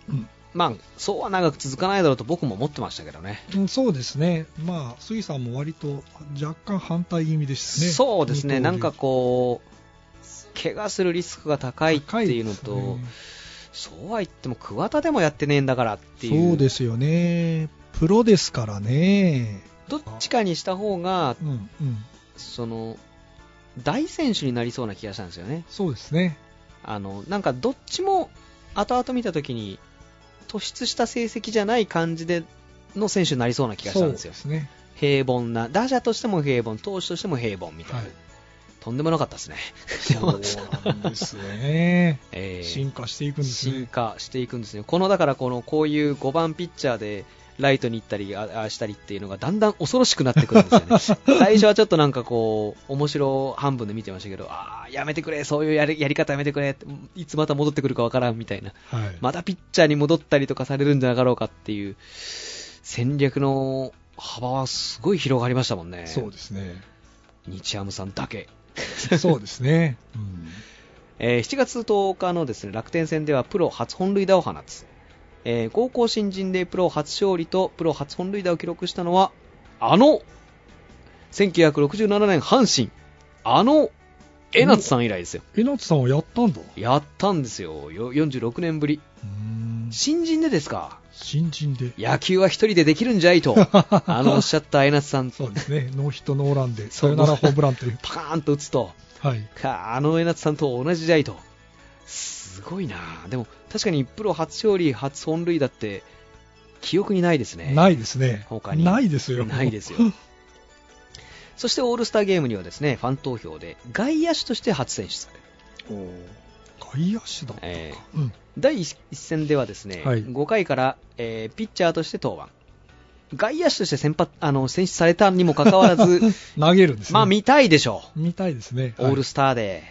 うん
まあ、そうは長く続かないだろうと僕も思ってましたけどね。
うんそうですね。まあ、杉さんも割と若干反対気味でしたね。
そうですね、
二
な
刀
ん
流
かこう、怪我するリスクが高いっていうのと、
高い
そうは言っても桑田でもやってねえんだからって
で
い
すね
う、
そうですよね。プロですからね。
どっちかにした方が、
うんうん。
その大選手になりそうな気がしたんですよね、
そうですね。
あのなんかどっちも後々見たときに、突出した成績じゃない感じでの選手になりそうな気がしたんですよ、
そうですね。
平凡な、打者としても平凡、投手としても平凡みたいな、
はい。
とんでもなかったですね、
そうなんですね。
えー
進化していくんです
進
ね。
化していくんですね、このだからこのこういう5番ピッチャーでライトに行ったりああしたりっていうのがだんだん恐ろしくなってくるんですよ ね、最初はちょっとなんかこう、面白半分で見てましたけど、ああ、やめてくれ、そういうやりやり方やめてくれ、いつまた戻ってくるかわからんみたいな、
はい。
またピッチャーに戻ったりとかされるんじゃなかろうかっていう戦略の幅はすごい広がりましたもんね、
そうです ね。
日ハムさんだけ。
そうですね。うん
えー7月10日のですね楽天戦ではプロ初本塁打を放つ、えー高校新人でプロ初勝利とプロ初本塁打を記録したのはあの1967年阪神あの江夏さん以来ですよ
えなつさんはやったんだ。う
やったんですよよ46年ぶり
ーん。
新人でですか
新人で。
野球は一人でできるんじゃいとあのおっしゃった江夏さん
そうですね。ノーヒットノーラン で、さよならホームランという。
パカーンと打つと
はい。
かあの江夏さんと同じじゃいと。すごいなでも確かにプロ初勝利、初本塁だって記憶にないですね。
ないですね。
他に
ないですよ。
ない ですよ。そしてオールスターゲームにはですね、ファン投票で外野手として初選出される。
外野手だったか。
え
うん。
第一戦ではですね、
はい
5回から、えーピッチャーとして登板。外野手として先発あの選出されたにもかかわらず、
投げるんですね。
まあ見たいでしょう。
見たいですね。
オール
ス
スターで、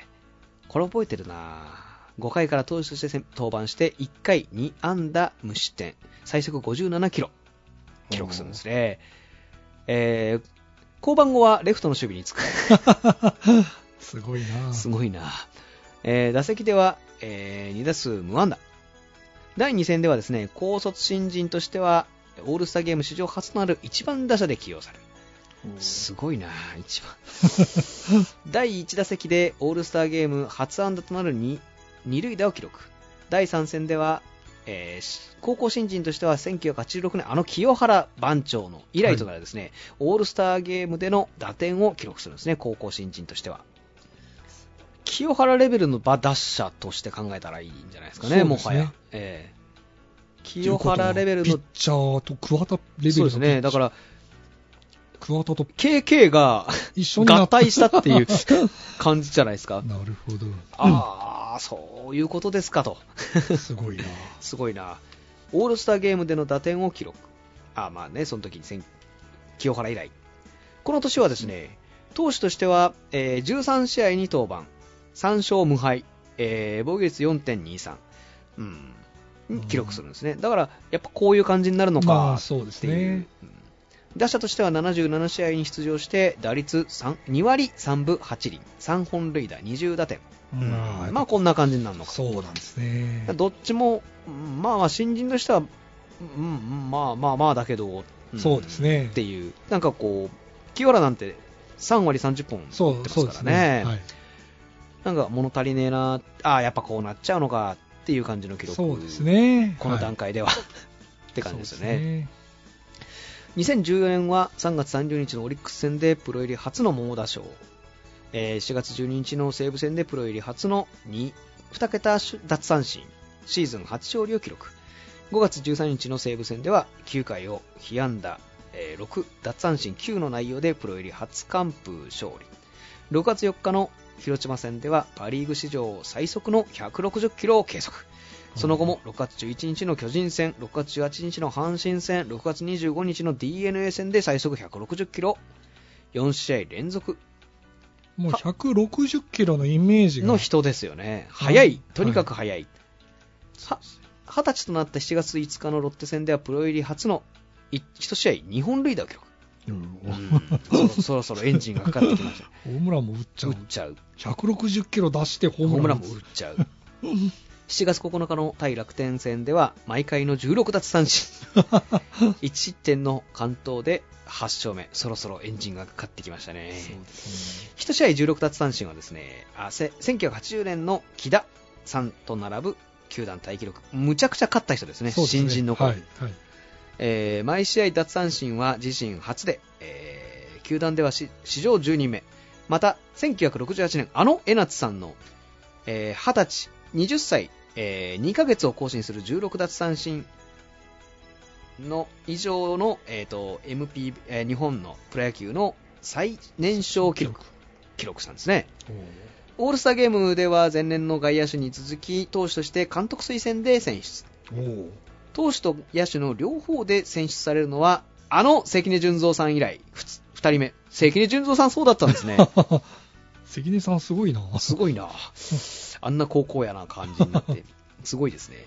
これ覚えてるな5回から投手として先登板して、1回2安打無失点、最速57キロ、記録するんですね。えー、降板後はレフトの守備につく。
すごいな
すごいなえー打席では、え2打数無安打。第2戦ではですね、高卒新人としては、オールスターゲーム史上初となる1番打者で起用される。すごいな、一 番。第1打席でオールスターゲーム初安打となる 2, 二塁打を記録。第3戦では、えーし高校新人としては1986年、あの清原番長の以来となるですね、オールスターゲームでの打点を記録するんですね、高校新人としては。清原レベルの場打者として考えたらいいんじゃないですかね、
そう
も
です
は
ね
や。えー清原レベル
ピ
の
ッ、チャーと桑田レベル。
そうですね、だからら、
桑田と
KK が、
一緒にな
合
った
体したっていう感じじゃないですか。
なるほど。
ああ、そういうことですかと。
すごい な
すごいな。オールスターゲームでの打点を記録。ああ、まあね、その時に先清原以来。この年はですね、投手としては、えー13試合に登板、3勝無敗、えー防御率4.23、うん、に記録するんですね。だから、やっぱこういう感じになるの
ま
か
あ、そうで
っ
す
ていう、
ね。
うん打者としては77試合に出場して打率3 2割3分8厘3本塁打20打点、
まあ、
まあこんな感じになるのか
そうなんですね。
どっちもうんまあまあ新人としては、うんうん、まあまあまあだけど、ん
そうですね
っていうなんかこう清原なんて3割30本
そ
打っ
う、
て
そう
ま
ですす
からね
ね。はい。
なんか物足りねえなああやっぱこうなっちゃうのかっていう感じの記録
そうですね。
この段
階
階では、って感じですよね
ね。
2014年は3月30日のオリックス戦でプロ入り初の猛打賞、えー4月12日の西武戦でプロ入り初の 2, 2桁奪三振シーズン初勝利を記録5月13日の西武戦では9回を被安打、えー6奪三振9の内容でプロ入り初完封勝利6月4日の広島戦ではパ・リーグ史上最速の160キロを計測その後も6月11日の巨人戦、6月18日の阪神戦、6月25日の d n a 戦で最速160キロ、4試合連続
もう160キロのイメージが
の人ですよね、早
はいい、
とにかく早い、は二十歳となった7月5日のロッテ戦ではプロ入り初の1試合2本塁打を記録、
うん
うんそそろそろエンジンがかかってきまし
ホームランも打っち
た、
ゃ
打
う
っ。ちゃう、
160キロ出してホ
ホー
ーム
ム
ラ
ラン
ン
も
打つ
打っちゃう、7月9日の対楽天戦では、毎回の16奪三振、1失点の完投で8勝目、そろそろエンジンがかかってきましたね。
そうですね
1試合16奪三振はですねあせ1980年の木田さんと並ぶ球団タイ記録むちゃくちゃ勝った人ですね
そうですね
新人の頃、
はいはい
えー毎試合奪三振は自身初で、えー球団ではし史上10人目また1968年あの江夏さんの、えー20歳20歳、え2ヶ月を更新する16奪三振の以上の、えーと MP えー日本のプロ野球の最年少記録記録したんですね
おー
オールスターゲームでは前年の外野手に続き投手として監督推薦で選出
おー
投手と野手の両方で選出されるのはあの関根純三さん以来ふつ2人目関根純三さんそうだったんですね
関根さんすごいな。
すごいなあんな高校やな感じになってすごいですね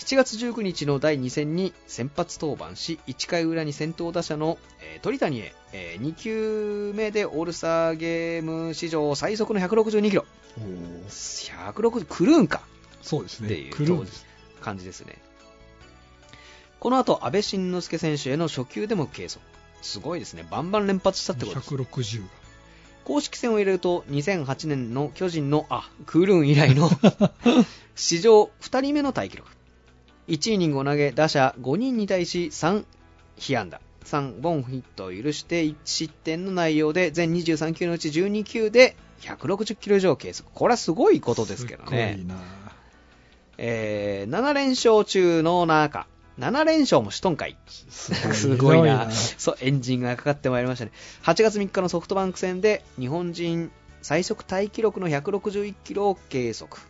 7月19日の第2戦に先発登板し1回裏に先頭打者の、えー鳥谷へ、え2球目でオールスターゲーム史上最速の162キロ
おー
160クルーンか
そうです
って
ね
い。う
クルーンです。
感じですね。この後、安倍晋之助選手への初球でも計測。すごいですね。バンバン連発したってことです。
160が。
公式戦を入れると、2008年の巨人の、あ、クールーン以来の、 史上2人目の大記録。1イニングを投げ、打者5人に対し3被安打、3本ヒットを許して1失点の内容で、全23球のうち12球で160キロ以上を計測。これはすごいことですけどね。
すごいな。
えー7連勝中の中、7連勝もしとんかい。 す
す
ごいな。そう、エンジンがかかってまいりましたね。8月3日のソフトバンク戦で、日本人最速タイ記録の161キロを計測。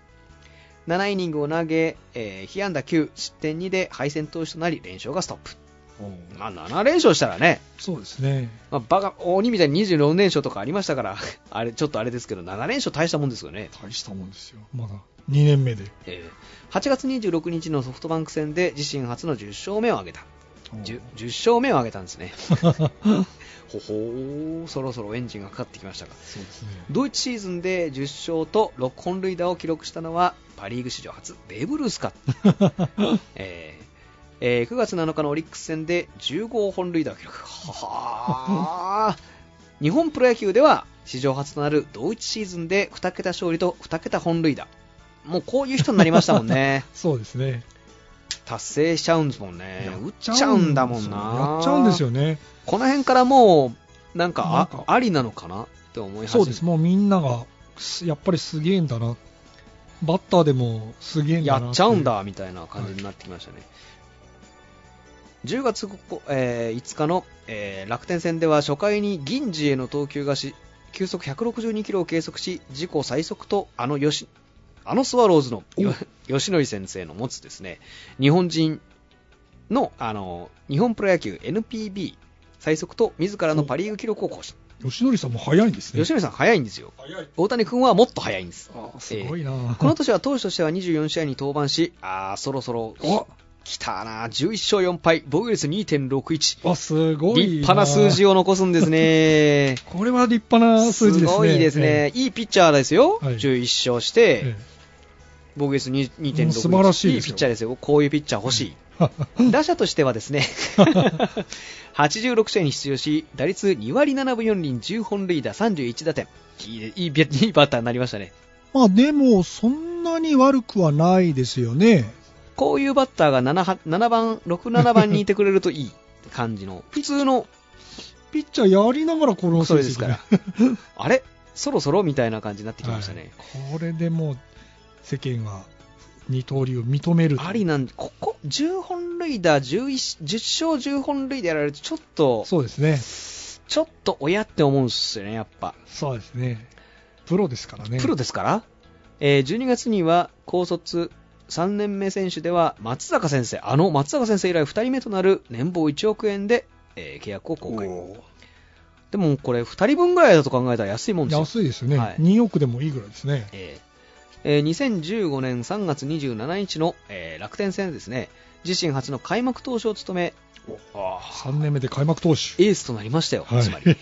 7イニングを投げ、えー被安打9、失点2で敗戦投手となり、連勝がストップ。
おー
まあ、7連勝したらね、
そうですね。
まあ、バカ、鬼みたいに24連勝とかありましたから、 あれ、ちょっとあれですけど、7連勝大したもんですよね。
大したもんですよ。まだ2年目で。
えー8月26日のソフトバンク戦で自身初の10勝目を挙げた
おー
10, 10勝目を挙げたんです ねほほーそろそろエンジンがかかってきましたが
そうですね。
ドイツシーズンで10勝と6本塁打を記録したのはパ・リーグ史上初ベーブ・ルース か、えーえー9月7日のオリックス戦で15本塁打を記録はー日本プロ野球では史上初となる同一シーズンで2桁勝利と2桁本塁打もうこういう人になりましたもん ね
そうですね。
達成しちゃうんですもんね
や
打っちゃうんだもんな
やっちゃうんですよね。
この辺からもうなんか
なんか
あありなのかなって思い始めて
そうです。もうみんなが、すやっぱりすげえんだな。バッターでもすげえんだ
や
な
っちゃうん
っ
だみたいな感じになってきましたね。10月ここ、えー5日の、えー楽天戦では初回に銀次への投球がし球速162キロを計測し自己最速とあの吉あのスワローズのよ吉典先生の持つですね日本人のあの日本プロ野球 NPB 最速と自らのパ・リーグ記録を更新、
ていう。吉典さんも早いんですね。
吉典さん早いんですよ
早い。
大谷君はもっと早いんです
あすごいな、
この年は投手としては24試合に登板し、あーそろそろ
お
来たな、11勝4敗、防御率2.61、
あ、すごいな。
立派な数字
を。
を残すんですね。
これは 立派な数字ですね。
ごいですね、いいピッチャーですよ、
はい
11勝し
ええ。え
て、防御率2 2.61、
素晴らしいですよ
いピッチャーですよ、こういうピッチャー欲し
え
い、打者としてはですね、86試合に出場し、打率2割7分4厘、10本塁打、31打点、いいいいピいいバッターになりましたね。
まあでも、そんなに悪くはないですよね。
こういうバッターが 7, 7番、6、7番にいてくれるといい感じ の、普通の、
ピッチャーやりながらこの
そ
成
れ
績
ですから、あれそろそろみたいな感じになってきましたね。
はいこれでもう、世間は二刀流を認める。
ありなんここ、10本塁打、11 10勝10本塁打やられると、ちょっと、
そうですね。
ちょっと親って思うんですよね、やっぱ。
そうですね。プロですからね。
プロですから、えー12月には高卒3年目選手では松坂先生あの松坂先生以来2人目となる年俸1億円で、えー契約を公開でもこれ2人分ぐらいだと考えたら安いもんですよ。
安いですね、
はい
2億でもいいぐらいですね。
えーえー2015年3月27日の、えー楽天戦ですね、自身初の開幕投手を務め、
3年目で開幕投手。
エースとなりましたよ、
はい
つまり。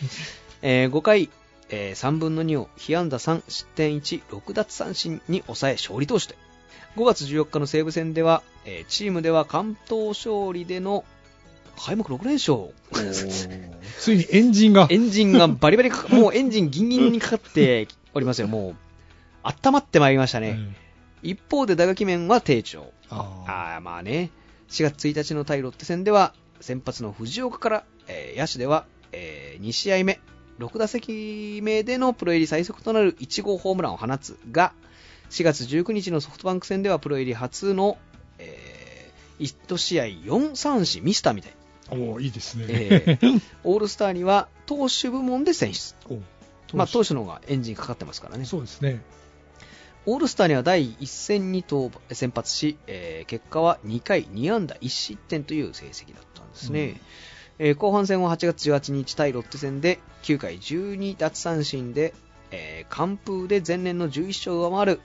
え5回、え3分の2を被安打3、失点1、6奪三振に抑え勝利投手と。5月14日の西武戦では、えーチームでは関東勝利での開幕6連勝。
ついにエンジンが
エンジンがバリバリかか、もうエンジンギンギンにかかっておりますよ、もう。温まってまいりましたね。
うん
一方で打撃面は低調。
あー
ああー、まあね。4月1日の対ロッテ戦では、先発の藤岡から、えー野手では、え2試合目、6打席目でのプロ入り最速となる1号ホームランを放つが、4月19日のソフトバンク戦ではプロ入り初の、え1試合4三振ミスターみたい。
おーいいですね。
えーオールスターには投手部門で選出。
おー
まあ投手の方がエンジンかかってますからね。
そうですね。
オールスターには第1戦に登板先発し、えー結果は2回2安打1失点という成績だったんですね、えー後半戦は8月18日対ロッテ戦で9回12奪三振で、えー完封で前年の11勝を上回る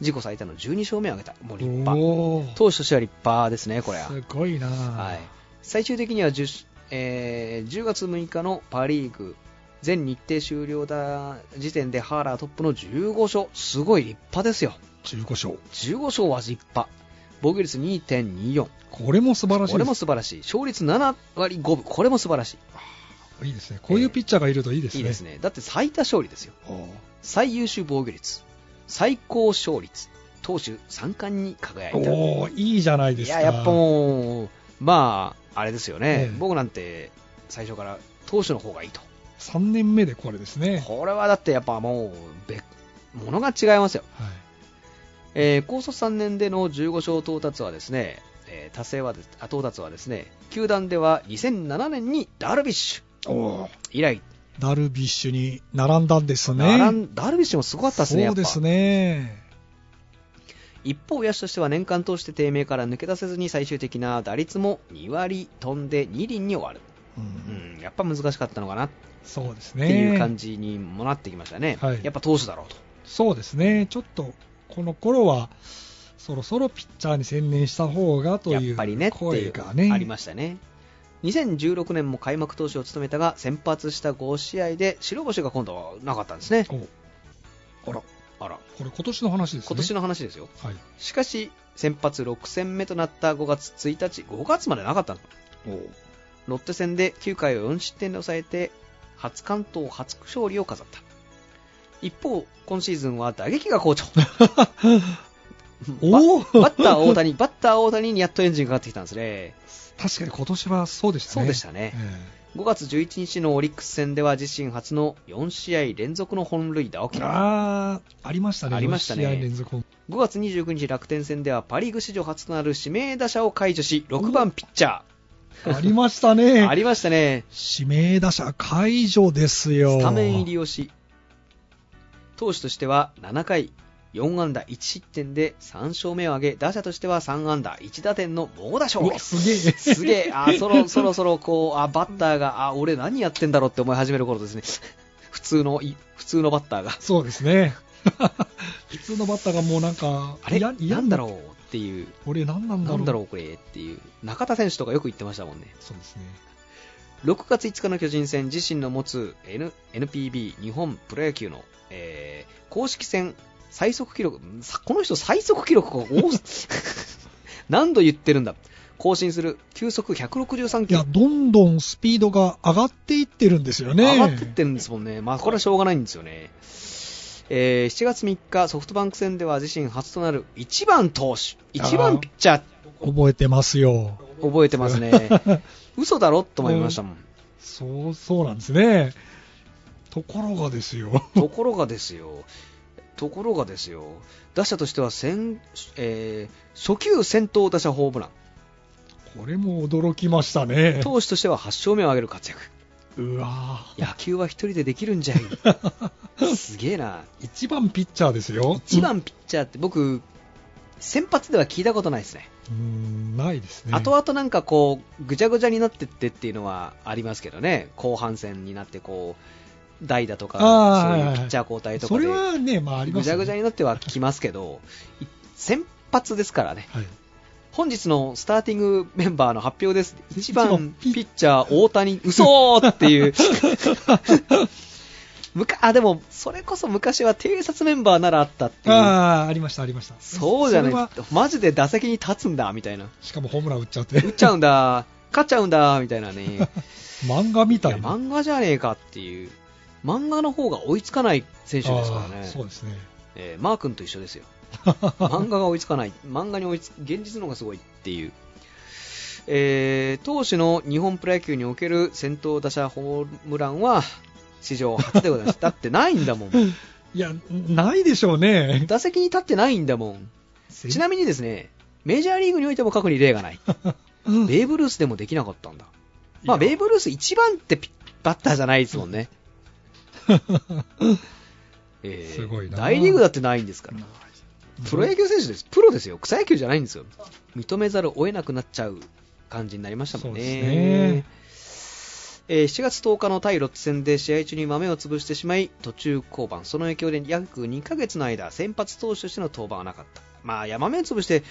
自己最多の12勝目を挙げたもう立派
おー
投手としては立派ですねこれは
すごいな、
はい、最終的には 10,、えー10月6日のパ・リーグ全日程終了だ時点でハーラートップの15勝すごい立派ですよ
15勝。
15勝は立派防御率2.24
これも素晴らしい
これ
で
も素晴らしい勝率7割5分これも素晴らし
す。いいですね。こういうピッチャーがいるといいで
い
すね。
いいですねだって最多勝利ですよ
おー
最優秀防御率最高勝率投手3冠に輝いた
おーいいじゃないで
い
すか。
や、やっぱもう、まあ、あれですよね、
ええ
僕なんて最初から投手の方がいいと、
3年目でこれですね。
これはだってやっぱもう、別物が違いますよ、
はい。
えー高卒3年での15勝到達はですね、えー達成はですあ到達はですね、球団では2007年にダルビッシュ以来、
ダルビッシュに並んだんですね。
並んダルビッシュもすごかったですね、や
そ
っ
う
ぱ
ですね。
一方、野手としては年間通して低迷から抜け出せずに最終的な打率も2割飛んで2厘に終わる、
うん
うん、やっぱ難しかったのかな
そうです
っていう
ね
感。じにもなってきましたね、
はい
やっぱ投手だろうと、
そうですね。ちょっと、この頃は、そろそろピッチャーに専念した方がと
やっ
いう
ぱりねってい
声
う
がね。
ありましたね。2016年も開幕投手を務めたが先発した5試合で白星が今度はなかったんですね
おあら、
あら
これ今年の話ですね。
今年の話ですよ
はい。
しかし先発6戦目となった5月1日5月までなかったのロッテ戦で9回を4失点で抑えて初関東初勝利を飾った一方今シーズンは打撃が好調
おー
バッター大谷、バッター大谷にやっとエンジンがかかってきたんですね。
確かに今年はそうでしたね。
そうでしたね。
え
5月11日のオリックス戦では自身初の4試合連続の本塁打を記
え
録。5
あーありましたね。
ありましたね
4試合連続。
月29日楽天戦ではパリーグ史上初となる指名打者を解除し、6番ピッチャ
ありましたね。
ー。 ありましたね。
指名打者解除ですよ。
スタメン入りをし、投手としては7回4安打1失点で3勝目を挙げ、打者としては3安打1打点の猛打賞
う。わ、すげ え。
すげえ、あーそろそろそろこうあーバッターが、あー俺何やってんだろうって思い始める頃ですね、 普通のい普通のバッターが、
そうですね。 普通のバッターがもうなんか、
あれ、
いやいや
なんだろうっていう、
俺何なん
な
だろうん
だろうこれっていう、中田選手とかよく言ってましたもんね、
そうですね。
6月5日の巨人戦、自身の持つ N NPB 日本プロ野球の、えー公式戦最速記録、んさこの人最速記録が多 す何度言ってるんだ。更新する球速163
い
キロ
や、どんどんスピードが上がっていってるんですよね。
上がってってるんですもんね、まあ、これはしょうがないんですよね、えー7月3日、ソフトバンク戦では自身初となる1番投手、1番ピッチャー、
覚えてますよ。
覚えてます ね、嘘だろと思いましたもん、
そう、そうなんですね。ところがですよ。
ところがですよ、ところがですよ、打者としては先、えー初球先頭打者ホームラン、
これも驚きましたね。
投手としては8勝目を挙げる活躍、
うわぁ。
野球は一人でできるんじゃ い、すげえな。
一番ピッチャーですよ。
1番ピッチャーって僕、先発では聞いたことないですね、
うーんないですね。
後々なんかこう、ぐちゃぐちゃになってってっていうのはありますけどね、後半戦になってこう、代打とか、
あー
そう
はい
い
は
う
い
ピッチャー交代とか
そ
で
れ、はね、まああり
ぐ
ます
ち
よ
ゃ
ね
ぐちゃになってはきますけど、い先発ですからね、
はい。
本日のスターティングメンバーの発表です、1番
一番
ピッチャー、大 谷、嘘ーっていう。むかあでも、それこそ昔は偵察メンバーならあったっていう、
ああ、ありました、ありました。
そうじゃ
それ
な、
はい
マジで打席に立つんだみたいな、
しかもホームラン打っちゃって
打っ、ちゃうんだ、勝っちゃうんだみたいなね、 いや
漫画みたいな。
漫画じゃねえかっていう、漫画の方が追いつかない選手ですから
あー
ね、
そうですね。
えーマー君と一緒ですよ。漫画が追いつかない、漫画に追いつ現実の方がすごいっていう、えー、当時の日本プロ野球における先頭打者ホームランは史上初でござい ます、だってないんだもん、
いや、ないでしょうね。
打席に立ってないんだも ん、 ちなみにですねメジャーリーグにおいても過去に例がない、
うん
ベーブ・ルースでもできなかったんだ、まあ、ベーブ・ルース一番ってピバッターじゃないですもんね。えー
すごいな
大リーグだってないんですから、プロ野球選手です、プロですよ、草野球じゃないんですよ、認めざるを得なくなっちゃう感じになりましたもんね。
そうで
えー7月10日の対ロッテ戦で試合中に豆を潰してしまい途中降板その影響で約2ヶ月の間先発投手としての登板はなかったまあいや豆を潰して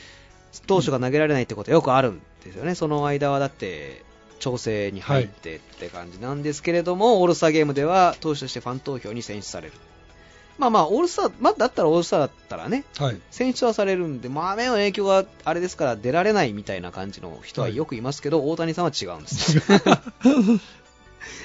投手が投げられないってことはよくあるんですよね、その間はだって調整に入ってって感じなんですけれども、オールスターゲームでは投手としてファン投票に選出されるまあまあオールスター、まあ、だったらオールスターだったらね
はい。
選出はされるんで、まあ、雨の影響があれですから出られないみたいな感じの人はよくいますけど、大谷さんは違うん です。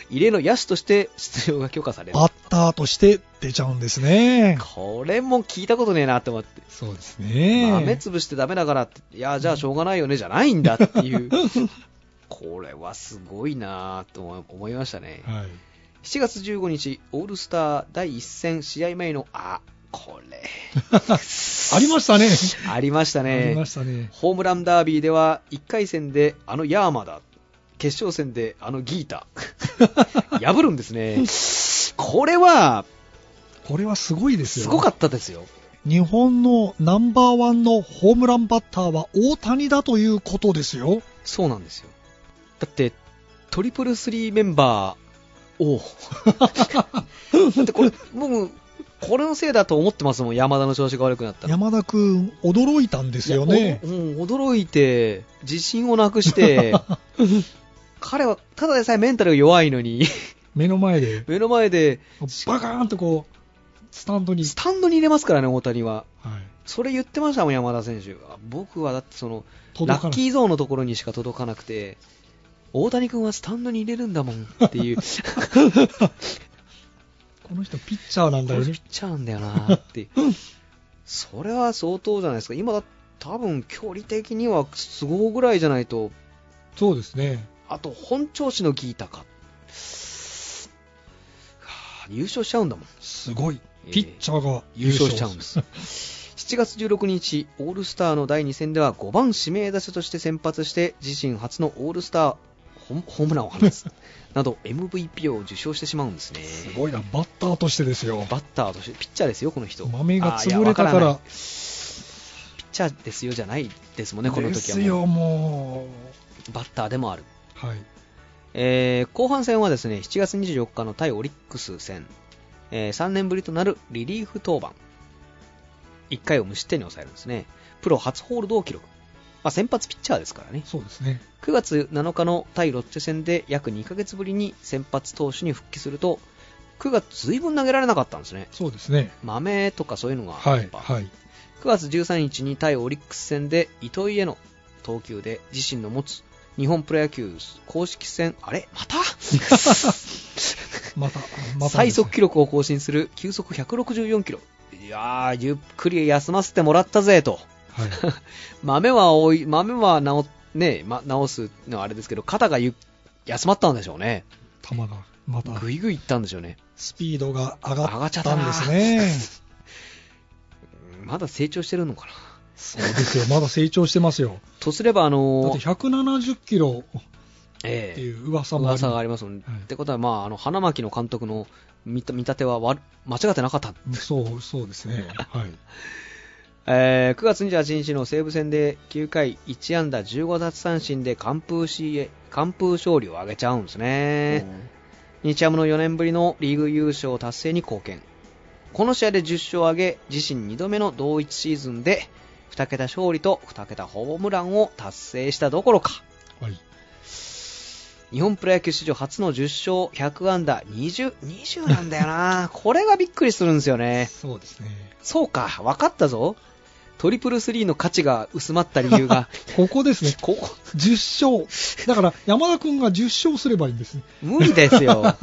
異例の野手として出場が許可される。
バッターとして出ちゃうんですね。
これも聞いたことねえなと思って、
そうです
まあ雨
ね。
潰してダメだからって、いや、じゃあしょうがないよねじゃないんだっていう、 これはすごいなと思思いましたね。
はい。
7月15日、オールスター第1戦試合前の、あ、これ、
ありましたね。
ありました
あり
ね
ま。したね。
ホームランダービーでは1回戦であのヤーマだ、決勝戦であのギー タ、破るんですね、これは
これはすごいですよ。
すごかったですよ、
日本のナンバーワンのホームランバッターは大谷だということですよ。
そうなんですよ、だってトリプルスリーメンバー を、だってこれ、僕、これのせいだと思ってますもん、山田の調子が悪くなったの。
山田君、驚いたんですよね
い。やおうん驚いて、自信をなく して、彼はただでさえメンタルが弱いのに、
目の前で、
目の前で
バカーンとこう、スタンドに。
スタンドに入れますからね、大谷は。
はい。
それ言ってましたもん、山田選手。あ僕はだってその、ラ
届か
ッ
ない。
キーゾーンのところにしか届かなくて、大谷君はスタンドに入れるんだもんって いう、
この人ピッチャーなんだ
これ
よね
ピッ。チャーなんだよなっていう。それは相当じゃないですか。今だ、多分距離的には都合ぐらいじゃないと、
そうですね。
あと本調子のギータか。はあ優勝しちゃうんだもん。
すごい
え。ー
ピッチャーが
優勝しちゃうん です。7月16日、オールスターの第2戦では5番指名打者として先発して、自身初のオールスターホホームランを放 つなど、MVP を受賞してしまうんですね。
すごいな、バッターとしてですよ。
バッターとして、ピッチャーですよ、この人。
豆が
あーいや
潰れたか
わ
ら
な、いピッチャーですよじゃないですもんね、この
で
時は
す
も
よ、も
う。バッターでもある。
う。はい。
えー後半戦はですね7月24日の対オリックス戦、え3年ぶりとなるリリーフ登板1回を無失点に抑えるんですねプロ初ホールドを記録、まあ、先発ピッチャーですからね
そうですね。
9月7日の対ロッチェ戦で約2ヶ月ぶりに先発投手に復帰すると9月ずいぶん投げられなかったんですね
そうですね。
豆とかそういうのが
は
やっ
い。
ぱ
はい。
9月13日に対オリックス戦で糸井への投球で自身の持つ日本プロ野球公式戦あれ また
また、また。
最速。記録を更新する球速164キロいやーゆっくり休ませてもらったぜと
はい。
豆は多い豆は治,、ねま、治すのはあれですけど肩がゆ休まったんでしょうね
球が、また、
ぐいぐいいったんでしょうね
スピードが上
上が
が
っ
っ
ちゃった
た
なん
ですね。
まだ成長してるのかな
そうですよ。まだ成長してま すよ。
とすればあ
だっ
の
て
ー
170キロ
え
っ
え
ていう噂もあり
噂がありますもん、
はい
ってことは、まあ、あの花巻の監督の見た見立てはわ間違ってなかった、
そう、そうですね。はい。
えー9月28日の西武戦で9回1安打15奪三振で完封し完封勝利を挙げちゃうんですね、日ハムの4年ぶりのリーグ優勝達成に貢献この試合で10勝を挙げ自身2度目の同一シーズンで2桁勝利と2桁ホームランを達成したどころか
はい。
日本プロ野球史上初の10勝100安打20、20なんだよな これがびっくりするんですよね
そうですね。
そうか分かったぞトリプルスリーの価値が薄まった理由が
こ こですね。
ここ
10勝。だから、山田くんが10勝すればいいんですね。
無理ですよ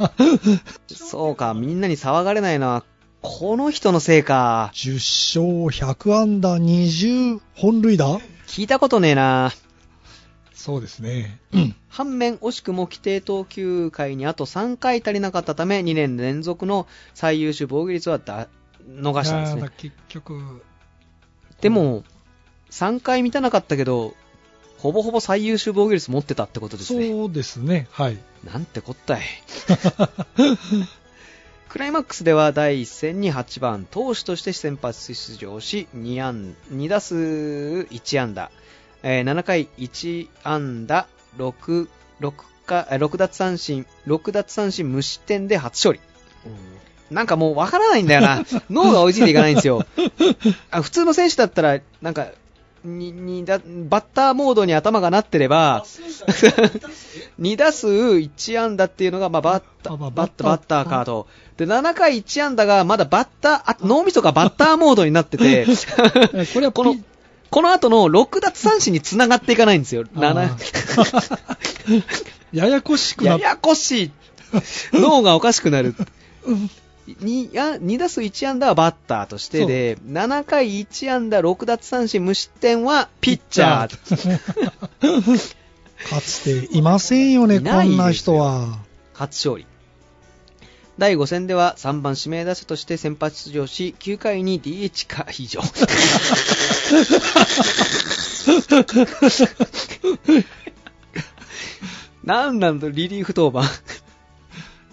そうかみんなに騒がれないのはこの人のせいか
10勝100安打20本塁打
聞いたことねえな
そうですね。
反面惜しくも規定投球回にあと3回足りなかったため2年連続の最優秀防御率はだ逃したんです
いや
ね
だから結局、
でも3回満たなかったけどほぼほぼ最優秀防御率持ってたってことですね
そうですね。 はい。
なんてこ ったいクライマックスでは第1戦に8番投手として先発出場し 2, 安2打数1安打、えー7回1安打 6, 6, かあ6奪三振6奪三振無失点で初勝利なんかもうわからないんだよ な脳が追いついていかないんですよあ普通の選手だったらなんかににだバッターモードに頭がなってれば2打数1安打っていうのが、まあ、バッタ
あ
ー、
まあ
バッター、
バ
バ
ッ
ッ
ター
ターかと。で、7回1安打が、まだバッター、あ脳みそがバッターモードになってて、
えこれは
この
ピ、
この後の6奪三振に繋がっていかないんですよ。
あ
7
ややこしく な
や
っ
やこしい。脳がおかしくな る。2, あ2打数1安打はバッターとしてで、7回1安打6奪三振無失点はピッチャー。
かつていませんよね、
い
こ
ないですよ
んな人は。
初勝利第5戦では3番指名打者として先発出場し9回に DH か以 上なんなんだリリーフ当番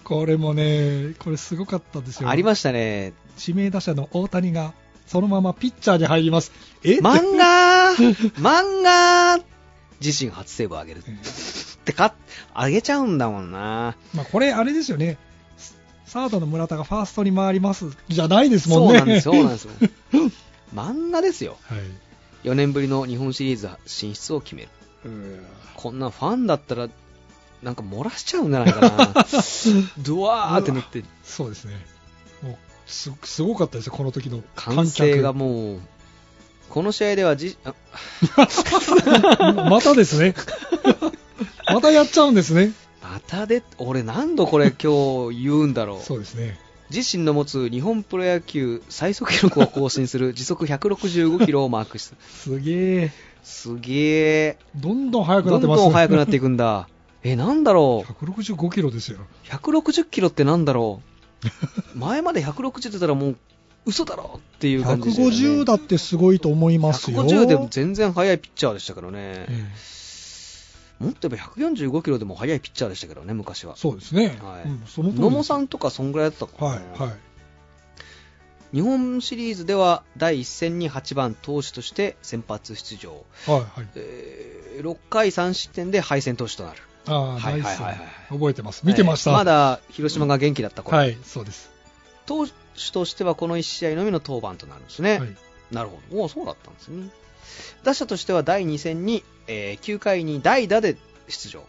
これもね、これすごかったですよ。
ありましたね
指名打者の大谷が、そのままピッチャーに入ります。え
漫 画漫画自身初セーブを上げる
えー
ってか上げちゃうんだもんな
まあ、これ、あれですよね。サードの村田がファーストに回ります。じゃないですもん
そ
ね。。
うなんですよそうなんですすよ 漫画ですよ
はい。
4年ぶりの日本シリーズ進出を決めるこんなファンだったら、なんか漏らしちゃうんじゃない かな。ドワーって塗って、
そうですね。もうす、すごかったですよ、この時の
歓
観
声
客。
がもう、この試合ではじ、あ
またで すね。またやっちゃうんですね。
またで、俺何度これ今日言うんだろう。
そうですね。
自身の持つ日本プロ野球最速記録を更新す る時速165キロをマークした。
すげえ。
すげえ。
どんどん速くな
ど
っ
ん
てます
どん速く なっていくんだ。え、なんだろう。
165キロですよ。
160キロってなんだろう。前まで160ってたらもう、嘘だろっていう感じでしたよね
150だってすごいと思いますよ。
150でも全然速いピッチャーでしたからね、
ええ
もっと言えば145キロでも速いピッチャーでしたけどね、昔は。
そうですね。
はい
うん、その通りで
野
す
茂さんとかそんぐらいだったか
は
ら、
い、はい。
日本シリーズでは第1戦に8番投手として先発出場、
はい、はい。
えー6回3失点で敗戦投手となる、
ああ、
はい
ナイス
はいはいはい
覚えてます。見てました。
えーまだ広島が元気だった頃、
はい、そうです。
投手としてはこの1試合のみの登板となるんです
は
ね、
い。
なるほど、おーそうだったんですね。打者としては第2戦に、えー9回に代打で出場。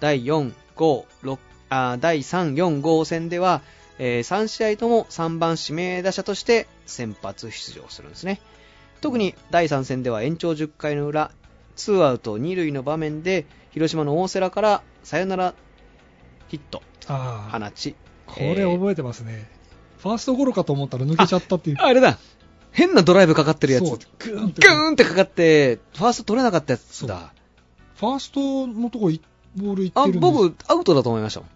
第4、5、6あー第3、4、5戦では、え3試合とも3番指名打者として先発出場するんですね。特に第3戦では延長10回の裏、ツーアウト2塁の場面で、広島の大瀬良からサヨナラヒット
ああ、
放ち、
これ覚えてますね。ファーストゴロかと思ったら抜けちゃったっていう。
あれだ変なドライブかかってるやつ。
そう、グーンって。
グーンってかかって、ファースト取れなかったやつだ。
ファーストのとこい、ボールいって
あ、
るんです
僕、アウトだと思いましたもん。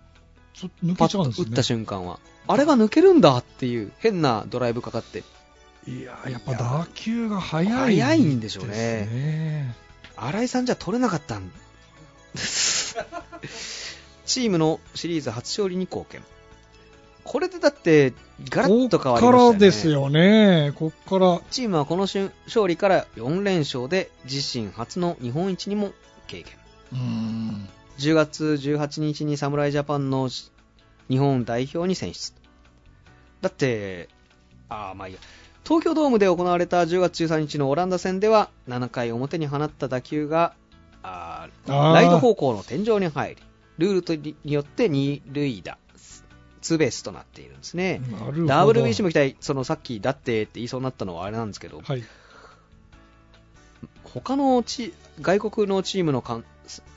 ちょっと抜
パッ
けちゃうんです
と
よ
打
ね。
った瞬間は。あれが抜けるんだっていう、変なドライブかかって。
いやーやっぱ打球が速い、
速いんでしょうね
ですね。
新井さんじゃ取れなかったん チームのシリーズ初勝利に貢献。これでだって、ガラッと変わりましたよ
こっ
ね。
からですよね。こっから、
チームはこの瞬勝利から4連勝で自身初の日本一にも経験。
うん。
10月18日に侍ジャパンの日本代表に選出。だって、ああ、まあいいや。東京ドームで行われた10月13日のオランダ戦では、7回表に放った打球が、あー
あー
ライト方向の天井に入り、ルールにによって二塁打、ツーベースとなっているんですね。
なるほど。
WBC も期待、そのさっきだってって言いそうになったのはあれなんですけど、
はい。
他のチ外国のチームの監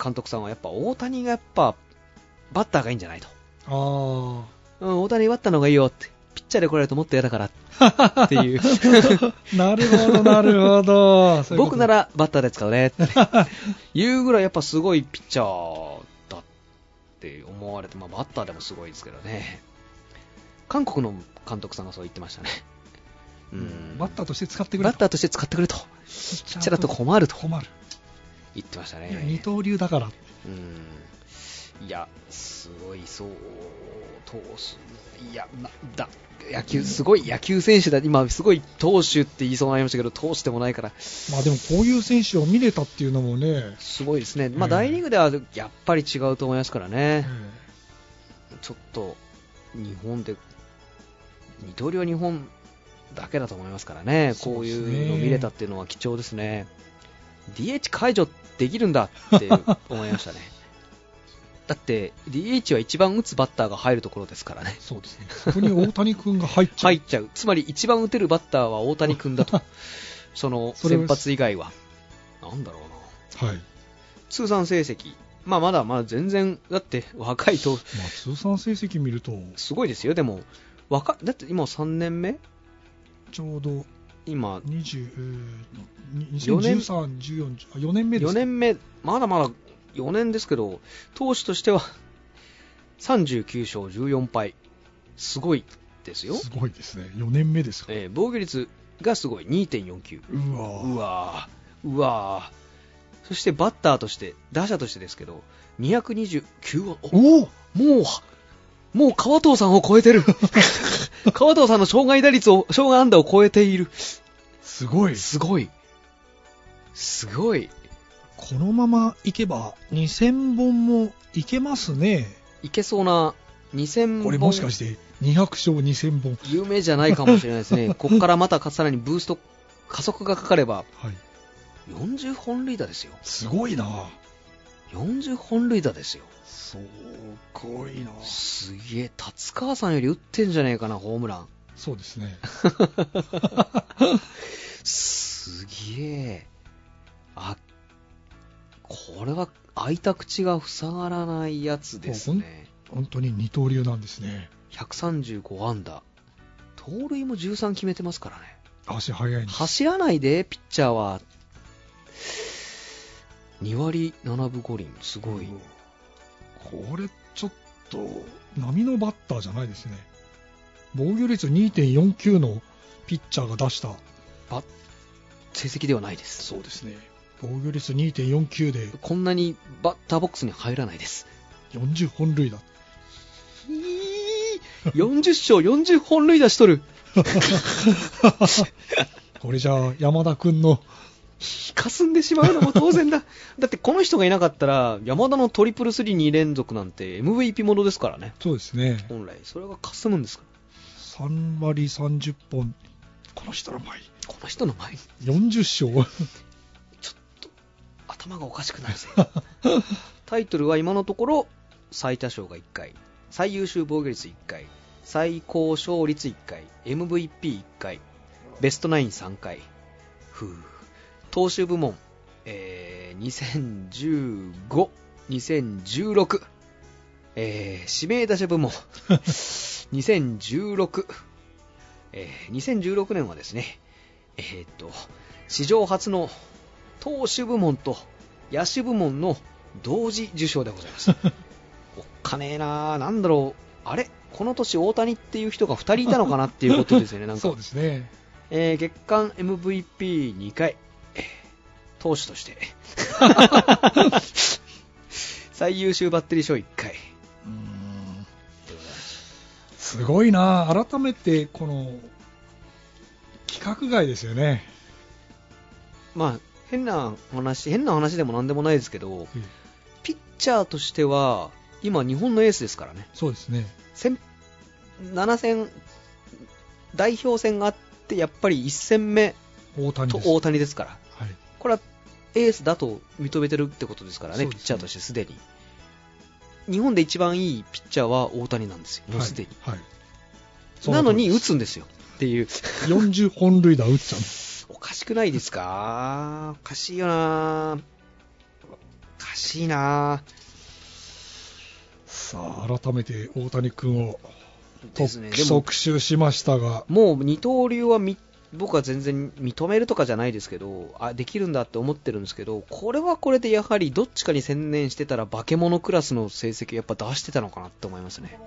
監督さんはやっぱ大谷がやっぱバッターがいいんじゃないと、
あ
うん、大谷バッターの方がいいよってピッチャーで来られるともっと嫌だからって いう
あ。なるほど、なるほど。そういうこと
僕な、らバッターで使うねっていうぐらいやっぱすごいピッチャーだって思われて、まあ、バッターでもすごいですけどね韓国の監督さんがそう言ってましたね、うん、
バッターとして使ってくれ
バッ
と
ターとして使ってくれと
ピッ
ピッチャーだと困ると
困る。
言ってましたね
いや二刀流だから。
うんいや、すごい、そう、投手、いや、なだ野球、すごい野球選手だ、今、すごい投手って言いそうになりましたけど、投手でもないから、
まあでもこういう選手を見れたっていうのもね、
すごいですね、まあ、
うん
大リーグではやっぱり違うと思いますからね、
え
ちょっと日本で、二刀流は日本だけだと思いますからね、こういうの見れたっていうのは貴重ですね、DH 解除できるんだって思いました ね。だって DH は一番打つバッターが入るところですからね
え、そうですね。そこに大谷君が入っちゃう。
入っちゃう、つまり一番打てるバッターは大谷君だ と、その
それ
先発以外は、なんだろうな、
はい。
通算成績、まあ、まだまだ全然、だって若いと、
まあ通算成績見ると、
すごいですよ、でも、若だって今3年目
ちょうど
今
20えー
四年
2013、14、あ4年目で
4
すか。
年目、まだまだ4年ですけど、投手としては39勝14敗、すごいですよ、
すごいですね。4年目ですか。
えー防御率がすごい、2.49、
うわ
う
ぁ。
わー、うわー、そしてバッターとして、打者としてですけど、229を、お
おお
もう、もう川藤さんを超えてる、 川藤さんの障害打率を、障害安打を超えている、
すごい。
すごい、すごい。
このままいけば2000本もいけますね。
いけそうな2000本
これもしかして200勝2000本。
有名じゃないかもしれないです ね、ここからまたさらにブースト、加速がかかれば、
はい。
40本塁打ですよ、
すごいなぁ。
40本塁打ですよ、
すごいなぁ
すげえ、達川さんより打ってんじゃねえかな、ホームラン、
そうですね。
すげえ、あこれは開いた口が塞がらないやつですね、
本当に二刀流なんですね。
135安打、盗塁も13決めてますからね。
足速いんです。
走らないで、ピッチャーは、2割7分5厘、すごい。
これちょっと波のバッターじゃないですね防御率2.49のピッチャーが出した
成績ではないです。
うですね防御率2.49で
こんなにバッターボックスに入らないです。
40本 塁打
40勝40本塁打しとる。
これじゃあ山田君の
かすんでしまうのも当然だ。だってこの人がいなかったら、山田のトリプルスリー2連続なんて MVP ものですからね。
そうですね
本来。それがかすむんですから。
3割30本この人の前に
この人の前に
40勝
頭がおかしくなるぜタイトルは今のところ最多勝が1回最優秀防御率1回最高勝率1回 MVP1 回ベストナイン3回ふう投手部門、えー、20152016えー、指名打者部門 2016、えー、2016年はですね、えーっと史上初の投手部門と野手部門の同時受賞でございますおっかねえなあなんだろうあれこの年大谷っていう人が2人いたのかなっていうことですよねなんか
そうですね
えー月間 MVP2 回、えー投手と して最優秀バッテリー賞1回
うーん
でございます
すごいなあ改めてこの規格外ですよね、
まあ、変な話、変な話でもなんでもないですけど、ピッチャーとしては、今、日本のエースですからね、
そうですね
先7戦、代表戦があって、やっぱり1戦目
大谷
と
です
大谷ですから、
はい、
これはエースだと認めてるってことですからね、
そうですね
ピッチャーとしてすでに。日本で一番いいピッチャーは大谷なんですよ、もうすでに。
はいはい
なのに打
つ
つんですよっていう、
40本塁打打ってたんです
おかしくないですかおかしいよなおかしいな
さあ改めて大谷君を
ですね。でも、
特集しましたが、
もう二刀流はみ僕は全然認めるとかじゃないですけど、あ、できるんだって思ってるんですけど、これはこれでやはりどっちかに専念してたら化け物クラスの成績やっぱ出してたのかなって思いますね。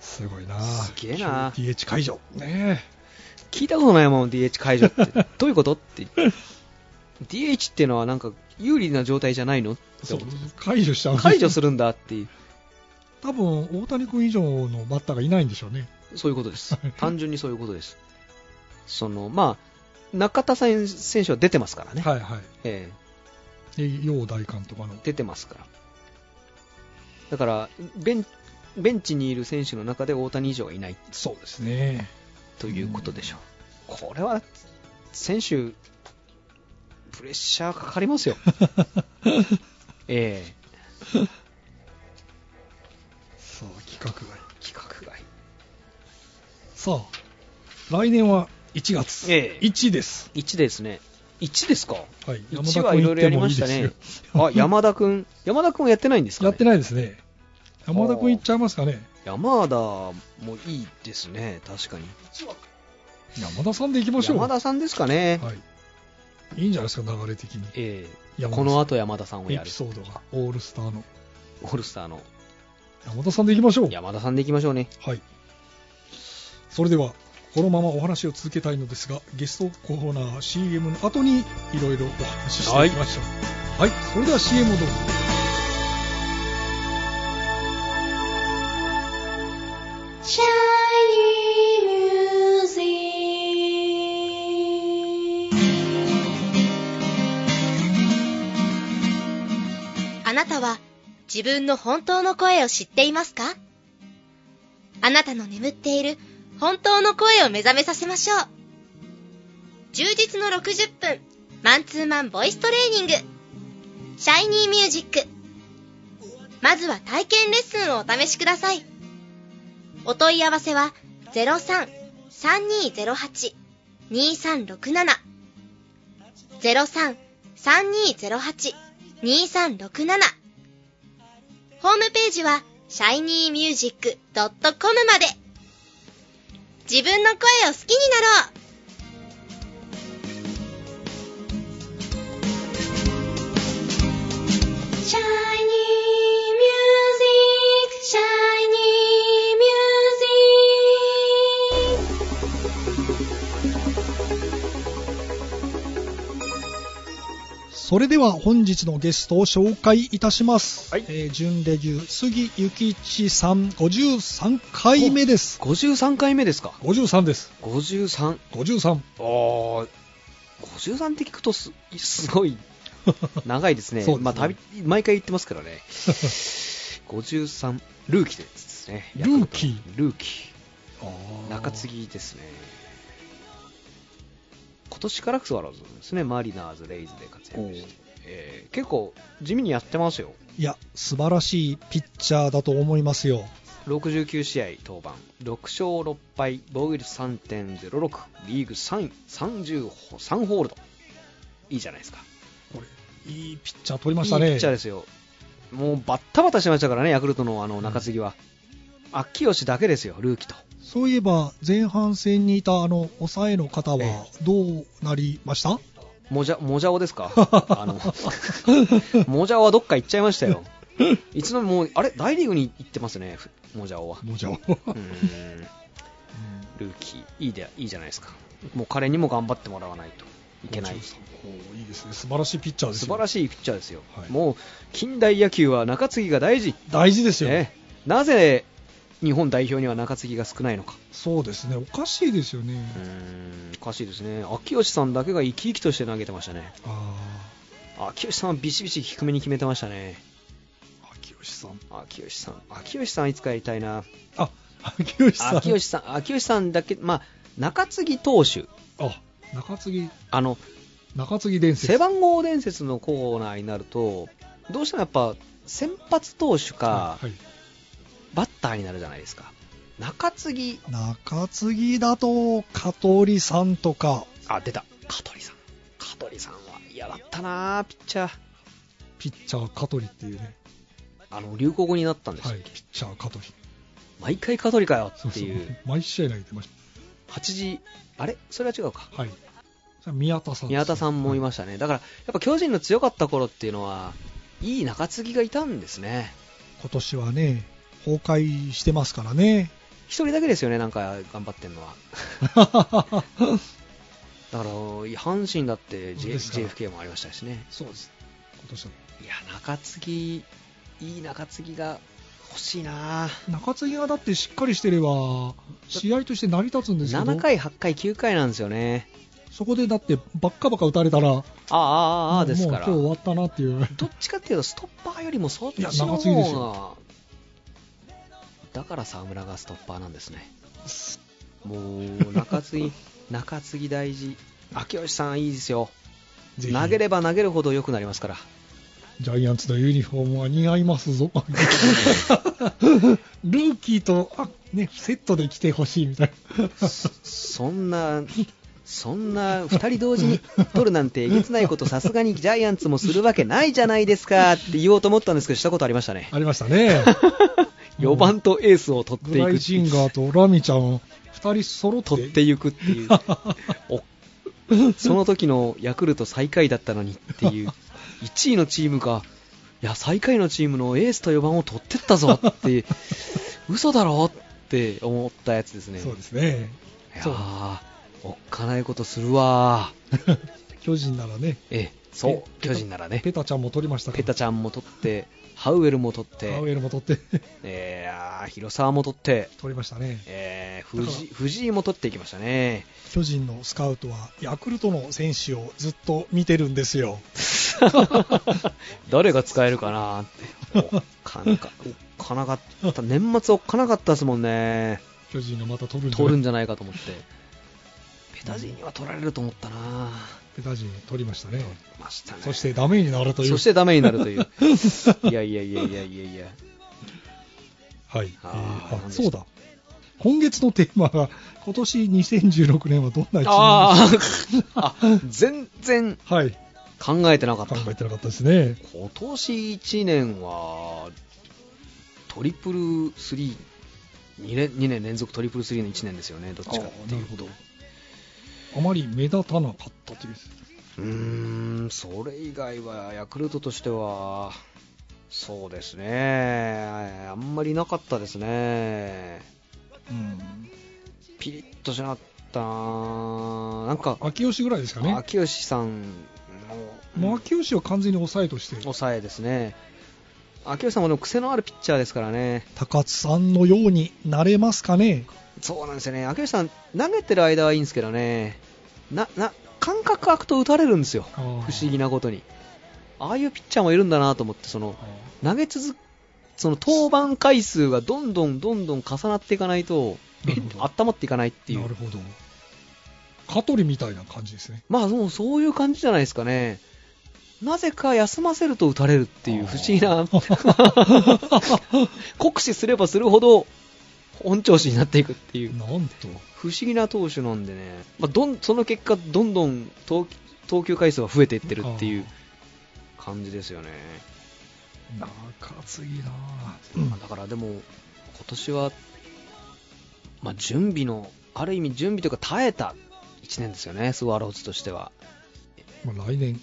すごいな
すげえな
DH 解除ね
聞いたことないもん、DH 解除って。どういうことって。DH っていうのはなんか有利な状態じゃないの
えそう解除しちゃうんです
解除するんだっていう。
多分大谷君以上のバッターがいないんでしょうね
そういうこと です。単純にそういうことです。その、まあ、中田さん選手は出てますからね。
はいはい
え
で楊大監とかの
え出てますから。だから、ベン、ベンチにいる選手の中で大谷以上はいない
そうです ね
ということでしょう。これは、選手、プレッシャーかかり ますよ。ええ
さあ規格外
規格外。
さあ来年は1月、
ええ
1です
1ですね。1ですか
はい山
1
田
はい
君
ろいろやりま
い
したね
で。すよ
あ、山田くん。山田くんはやってないんですか、ね、
やってないですね山田君いっちゃいますかね
山田もいいですね、確かに。
山田さんでいきましょう
山田さんですかね、
はい、いいんじゃないですか流れ的に
ええ
山田さん
この後山田さんを
エ
や
ピ
る、
ソードがオールスターの
オールスターの
山田さんでいきましょう
山田さんでいきましょうね。
はい。それでは、このままお話を続けたいのですが、ゲストコーナー CM の後にいろいろお話ししていきましょう。はい、それでは CM をどうぞ。
Shiny Music あなたは自分の本当の声を知っていますかあなたの眠っている本当の声を目覚めさせましょう。充実の60分、マンツーマンボイストレーニング。シャイニーミュージック。まずは体験レッスンをお試しください。お問い合わせは03-3208-2367 03-3208-2367ホームページは shinymusic.com まで自分の声を好きになろうシャイニーミュージック、シャイニーミュージック。
それでは本日のゲストを紹介いたします。
はい
えー準レギュ杉幸一さん、53回目です。
53回目ですか、
53です。
53、
53。
おー53って聞くとすすごい長いですね、
そうですね
まあ、旅毎回言ってますから ね、53、ルーキーですね、
ルーキー
ヤクルトのルーキー。中継
ぎ。
ぎですね今年からスワローズですねマリナーズ、レイズで活躍して、えー結構地味にやってますよ
いや、素晴らしいピッチャーだと思いますよ。
69試合登板6勝6敗防御率3.06リーグ3位33ホールドいいじゃないですか
これ、いいピッチャー取り
い
ま
い
し
ピ
たね。
ッチャーですよもうバッタバタしてましたからねヤクルトのあの中継ぎは、秋吉だけですよルーキーと
そういえば前半戦にいたあの抑えの方はどうなりました、
もじゃ、もじゃおです かあの、もじゃおはどっか行っちゃいましたよ。いつのもう、あれ大リーグに行ってますね、ふもじゃおは。
もうじゃあ、
うーん、ルーキー、いいで、いいじゃないですか。もう彼にも頑張ってもらわないといけない。
おいいですね素晴らしいピッチャーです
素
よ
晴らしいピッチャーですよ。
はい
もう、近代野球は中継ぎが大事。
大事ですよ、
ね、なぜ、日本代表には中継ぎが少ないのか
そうですね、おかしいですよね。
うーんおかしいですね秋吉さんだけが生き生きとして投げてましたね
あ
秋吉さんはビシビシ低めに決めてましたね
あ、秋吉さん。
秋吉さん秋吉さんいつかやりたいな
あ、秋吉さん。
秋吉さん秋吉さんだけまあ中継ぎ投手
あ、中継ぎ、
あの
中継ぎ伝説。
背番号伝説のコーナーになるとどうしてもやっぱ先発投手か
はいはい
バッターになるじゃないですか中継ぎ
中継ぎだと、香取さんとか、
あ出た香取さん香取さんは嫌だったなピッチャー
ピッチャー香取っていうね。
あの流行語になったんです、
はい、ピッチャー香取。
毎回香取かよ
そう
って
そう
いう
毎試合投げてまし
8時あれそれは違うか
た。はい。それ宮田さんですね。
宮田さんもい
は
ましたねだからやっぱ巨人の強かった頃っていうのはいい中継ぎがいたんですね
い今年はね、崩壊してますか らね。
一人だけですよねなんか頑張ってんのはだから阪神だって J
そうですか
JFK もありましたしね
そうです。今年はい
や中継ぎいい中継ぎが欲しいな
中継ぎがだってしっかりしてれば試合として成り立つんですけど
7回8回9回なんですよね
そこでだってばっかばっか打たれたらあ
ああああああですから
もう今日終わったなっていう
どっちかっていうとストッパーよりもそっち
いや
の
中継ぎです
方がだから沢村がストッパーなんですねもう中継 ぎ中継ぎ大事秋吉さんいいですよ
ぜ ひ
投げれば投げるほど良くなりますから
ジャイアンツのユニフォームは似合います ぞルーキーとあ、ね、セットで来てほしいみたい な
そんな、そんな2人同時に取るなんてえげつないこと、さすがにジャイアンツもするわけないじゃないですかって言おうと思ったんですけど、したことありましたね、
ありまし たね
4番とエースを取って
グ
い
ラ
く
イジンガーとラミちゃんを2人揃って
取っていくって いう、おその時のヤクルト最下位だったのにっていう、1位のチームが、いや、最下位のチームのエースと4番を取ってったぞって、嘘だろって思ったやつですね。
そうで すね
いや
そう
ーおっかないことするわー。
巨人ならね
ええ、そう
ペ、
巨人ならね、
ペタちゃんも取りましたから
ペタちゃんも取って、ハウエルも取っ
パウ
て、
エルも取って
えー、あー広沢も取って、
取りましたね
えー、藤井藤井も取っていきましたね。
巨人のスカウトはヤクルトの選手をずっと見てるんですよ。
誰が使えるかなって、おっかなかおっかなかった、年末おっかなかったですもんね、
巨人のまた取るんじゃ
取
な
る
い
んじゃないかと思って、ペタ陣には取られると思ったな、
ペタジン取りましたね。
ましたね、
そしてダメになるという。
そしてダメになると いう、いやいやいやいやいやいや、
はい。えー
あー
あ
何でした
そうだ。今月のテーマが今年2016年はどんな一年
あーあ、全然
はい。
考えてなかっ
考
た。
えてなかったですね。
今年1年はトリプルスリー2年 ,2 年連続トリプルスリーの1年ですよねどっちかっていうと
あーなるあまり目立たなかったという。
うーんそれ以外はヤクルトとしてはそうですねあんまりなかったですね
うん。
ピリッとしなかったななんか
秋吉ぐらいですかね。
秋吉さん
もう
の
秋吉を完全に抑えとして、
抑えですね秋吉さんもでも癖のあるピッチャーですからね
高津さんのようになれますかね。
そうなんですよね、秋吉さん、投げてる間はいいんですけどね、なな感覚空くと打たれるんですよ、
不思
不思議なことに。ああいうピッチャーもいるんだなと思って、その投げ続くその登板回数がどんどんどんどん重なっていかないと、
なるほど
温まっていかないってい
なる
う、
ほど。香取みたいな感じですね。
まあもうそういう感じじゃないですかね、なぜか休ませると打たれるっていう、不思議な、 酷使すればするほど、本調子になっていくっていう。
なんと。
不思議な投手なんでね、まあ、どんその結果、どんどん投投球回数が増えていってるっていう感じですよね、
中継ぎな
まあだからでも、今年は、まあ、準備の、ある意味、準備というか、耐えた1年ですよね、スワローズとしては。
ぁ、まあ、来年、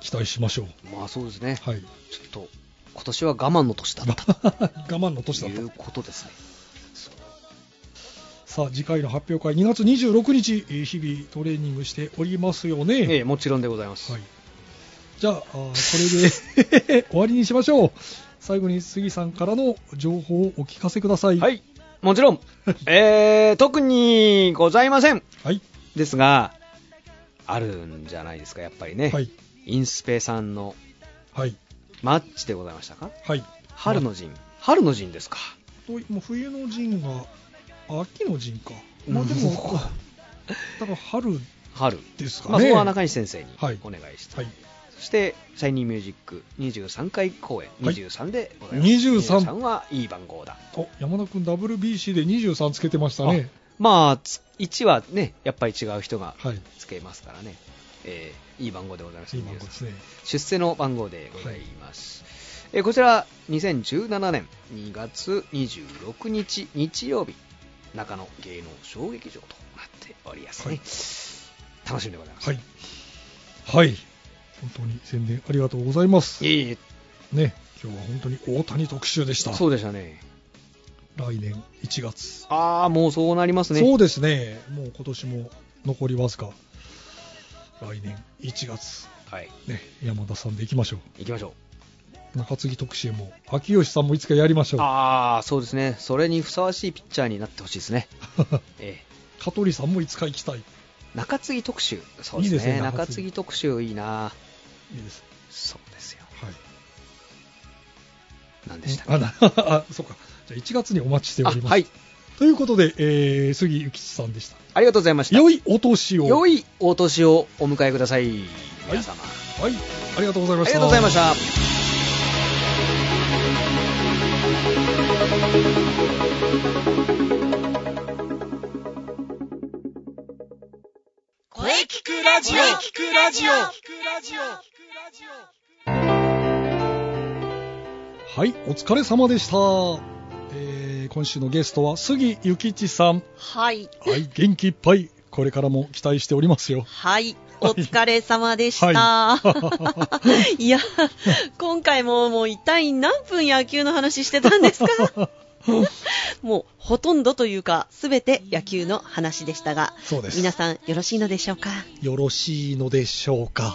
期待しましょう。
まあそうですね、
はい。
ちょっと今年は我慢の年だっ
我
たと
慢の年だっ
い
た。
うことですね。
さあ、次回の発表会2月26日、えー日々トレーニングしておりますよね。
ええ、もちろんでございます。
はい。じゃあ、あーこれで終わりにしましょう。最後に杉さんからの情報をお聞かせください。。
はいい、もちろ ん、えー、特にございません
はい。
ですが、あるんじゃないですか、やっぱりね、
はい。
インスペさんの
はい。
マッチでございましたか、
はい。
春の陣、春の陣ですか、
おいもう冬の陣が、秋の陣か。まあで
うん
も、多分春
春、
ですかね。
まあ、そこは中西先生に
はい
お願いして、
はい。
そして、シャイニーミュージック23回公演、
はい
23でございます、
23
23はいい番号だ。
お、山田くん WBC で23つけてましたね。
まあ、つ1はね、やっぱり違う人が
はい。
つけますからね、えーいい番号でございます。
いい番号ですね。
出世の番号でございます、えーこちら2017年2月26日日曜日中野芸能小劇場となっておりますね、
はい
楽しみでございます、
はい。はい。本当に宣伝ありがとうございます。
いえいえ
ね、今日は本当に大谷特集でした。
そうでしたね
来年1月。
ああもうそうなりますね
そうですね。もう今年も残りわずか。来年1月。
はい
ね、山田さんで行きましょ
行きましょ
う。中継ぎ特集も、秋吉さんもいつかやりまし
う
ょう。
ああそうですねそれにふさわしいピッチャーになってほしいですね、え
香取さんもいつか行きたい。
ー中継ぎ特集そうですね
いいですね
中
中
継
継ぎ
ぎ特集いいない
いです。
そうですよ
はい。
何でしたっけ
あなあ、そっか。じゃあ1月にお待ちしております。
あはい
ということで、えー、杉幸さんでした。
ありがとうございました
良いお年を。
良いお年をお迎えください皆様、
はい、ありがとうございま
あ
し
りがと
た。
うございました
声聞くラジオ声聞くラジオ
はい、お疲れ様でした。えー、今週のゲストは杉ゆきちさん。
はい。
はい、元気いっぱい。これからも期待しておりますよ。
はい。お疲れ様でした。、
は い
や、今回ももう一体何分野球の話してたんですか もうほとんどというか、すべて野球の話でしたが、
そうです。
皆さんよろしいのでしょうか
よろしいのでしょう か。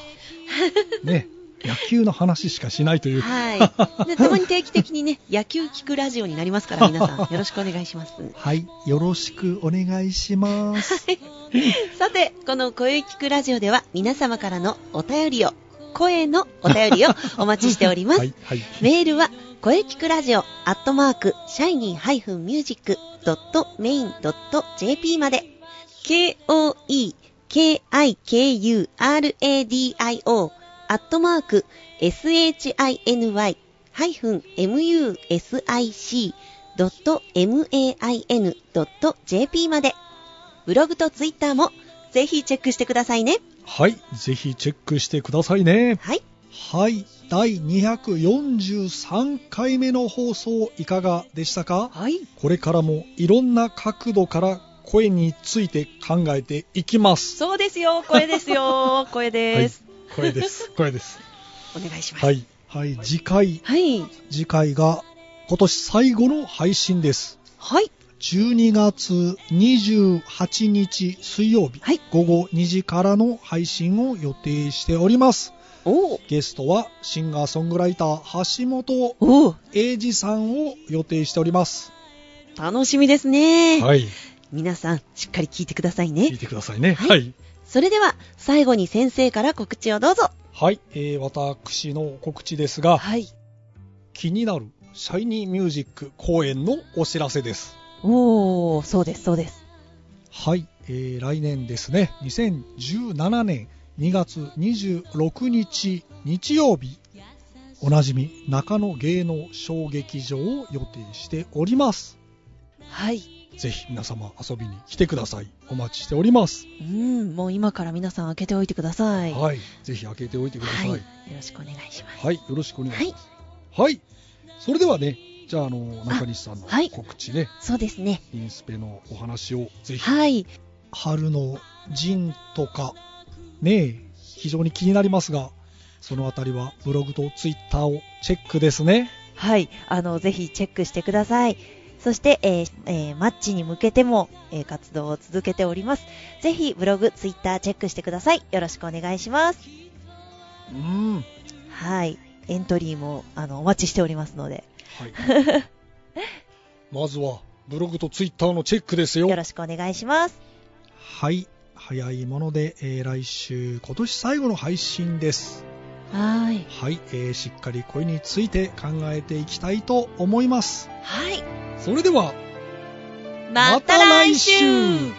ね、野球の話しかしないという。
はい。で、たまに定期的にね、野球聞くラジオになりますから、皆 さんよろしくお願いします。
はい、よろしくお願いします。
さて、この声聞くラジオでは皆様からのお便りを、声のお便りをお待ちしております
は。い、はい。
メールは、声聞くラジオ、アットマーク、シャイニー -music.main.jp まで、k-o-e-k-i-k-u-r-a-d-i-o、アットマーク、shiny-music.main.jp まで、ブログとツイッターも、ぜひチェックしてくださいね。
はい、ぜひチェックしてくださいね。
はい。
はい、第243回目の放送いかがでしたか
はい。
これからもいろんな角度から声について考えていきます。
そうですよ、声ですよ、声です。
はい、声です。声です。
お願いします。
はい、はい、次回、
はい。
次回が今年最後の配信です。
はい。
12月28日水曜日、
はい
午後2時からの配信を予定しております。
おお。
ゲストはシンガーソングライター橋本
おお。
英二さんを予定しております。
楽しみですね。
はい、
皆さん、しっかり聞いてください
聞
ね
い。てくださいね。
はい
はい。
それでは、最後に先生から告知をどうぞ。
はい、えー私の告知ですが、
い。
気になるシャイニーミュージック公演のお知らせです。
おお、そうです、そうです。
はい、えー来年ですね、2017年2月26日日曜日、おなじみ中野芸能小劇場を予定しております。
はい。
ぜひ皆様遊びに来てください。お待ちしております。
うん、もう今から皆さん開けておいてください。
はい、ぜひ開けておいてくださ。
はいい。
はい
よ、ろしくお願いします。
よろしくお願いします。はい、それではね、じゃあ、あの、中西さんの
はい
告知ね、
そうですね。
インスペのお話をぜひ
はい。
春の陣とかねえ非常に気になりますがそのあたりはブログとツイッターをチェックですね
はい。あの、ぜひチェックしてください。そして、えーえーマッチに向けても、えー活動を続けております。ぜひ、ブログ、ツイッターチェックしてください。よろしくお願いします。
うん
はい。エントリーもあのお待ちしておりますので、
はい、 まずはブログとツイッターのチェックですよ
よろしくお願いします。
はい早いもので、えー来週今年最後の配信です
はい。
はい、えーしっかり恋について考えていきたいと思います
はい。
それでは
また来週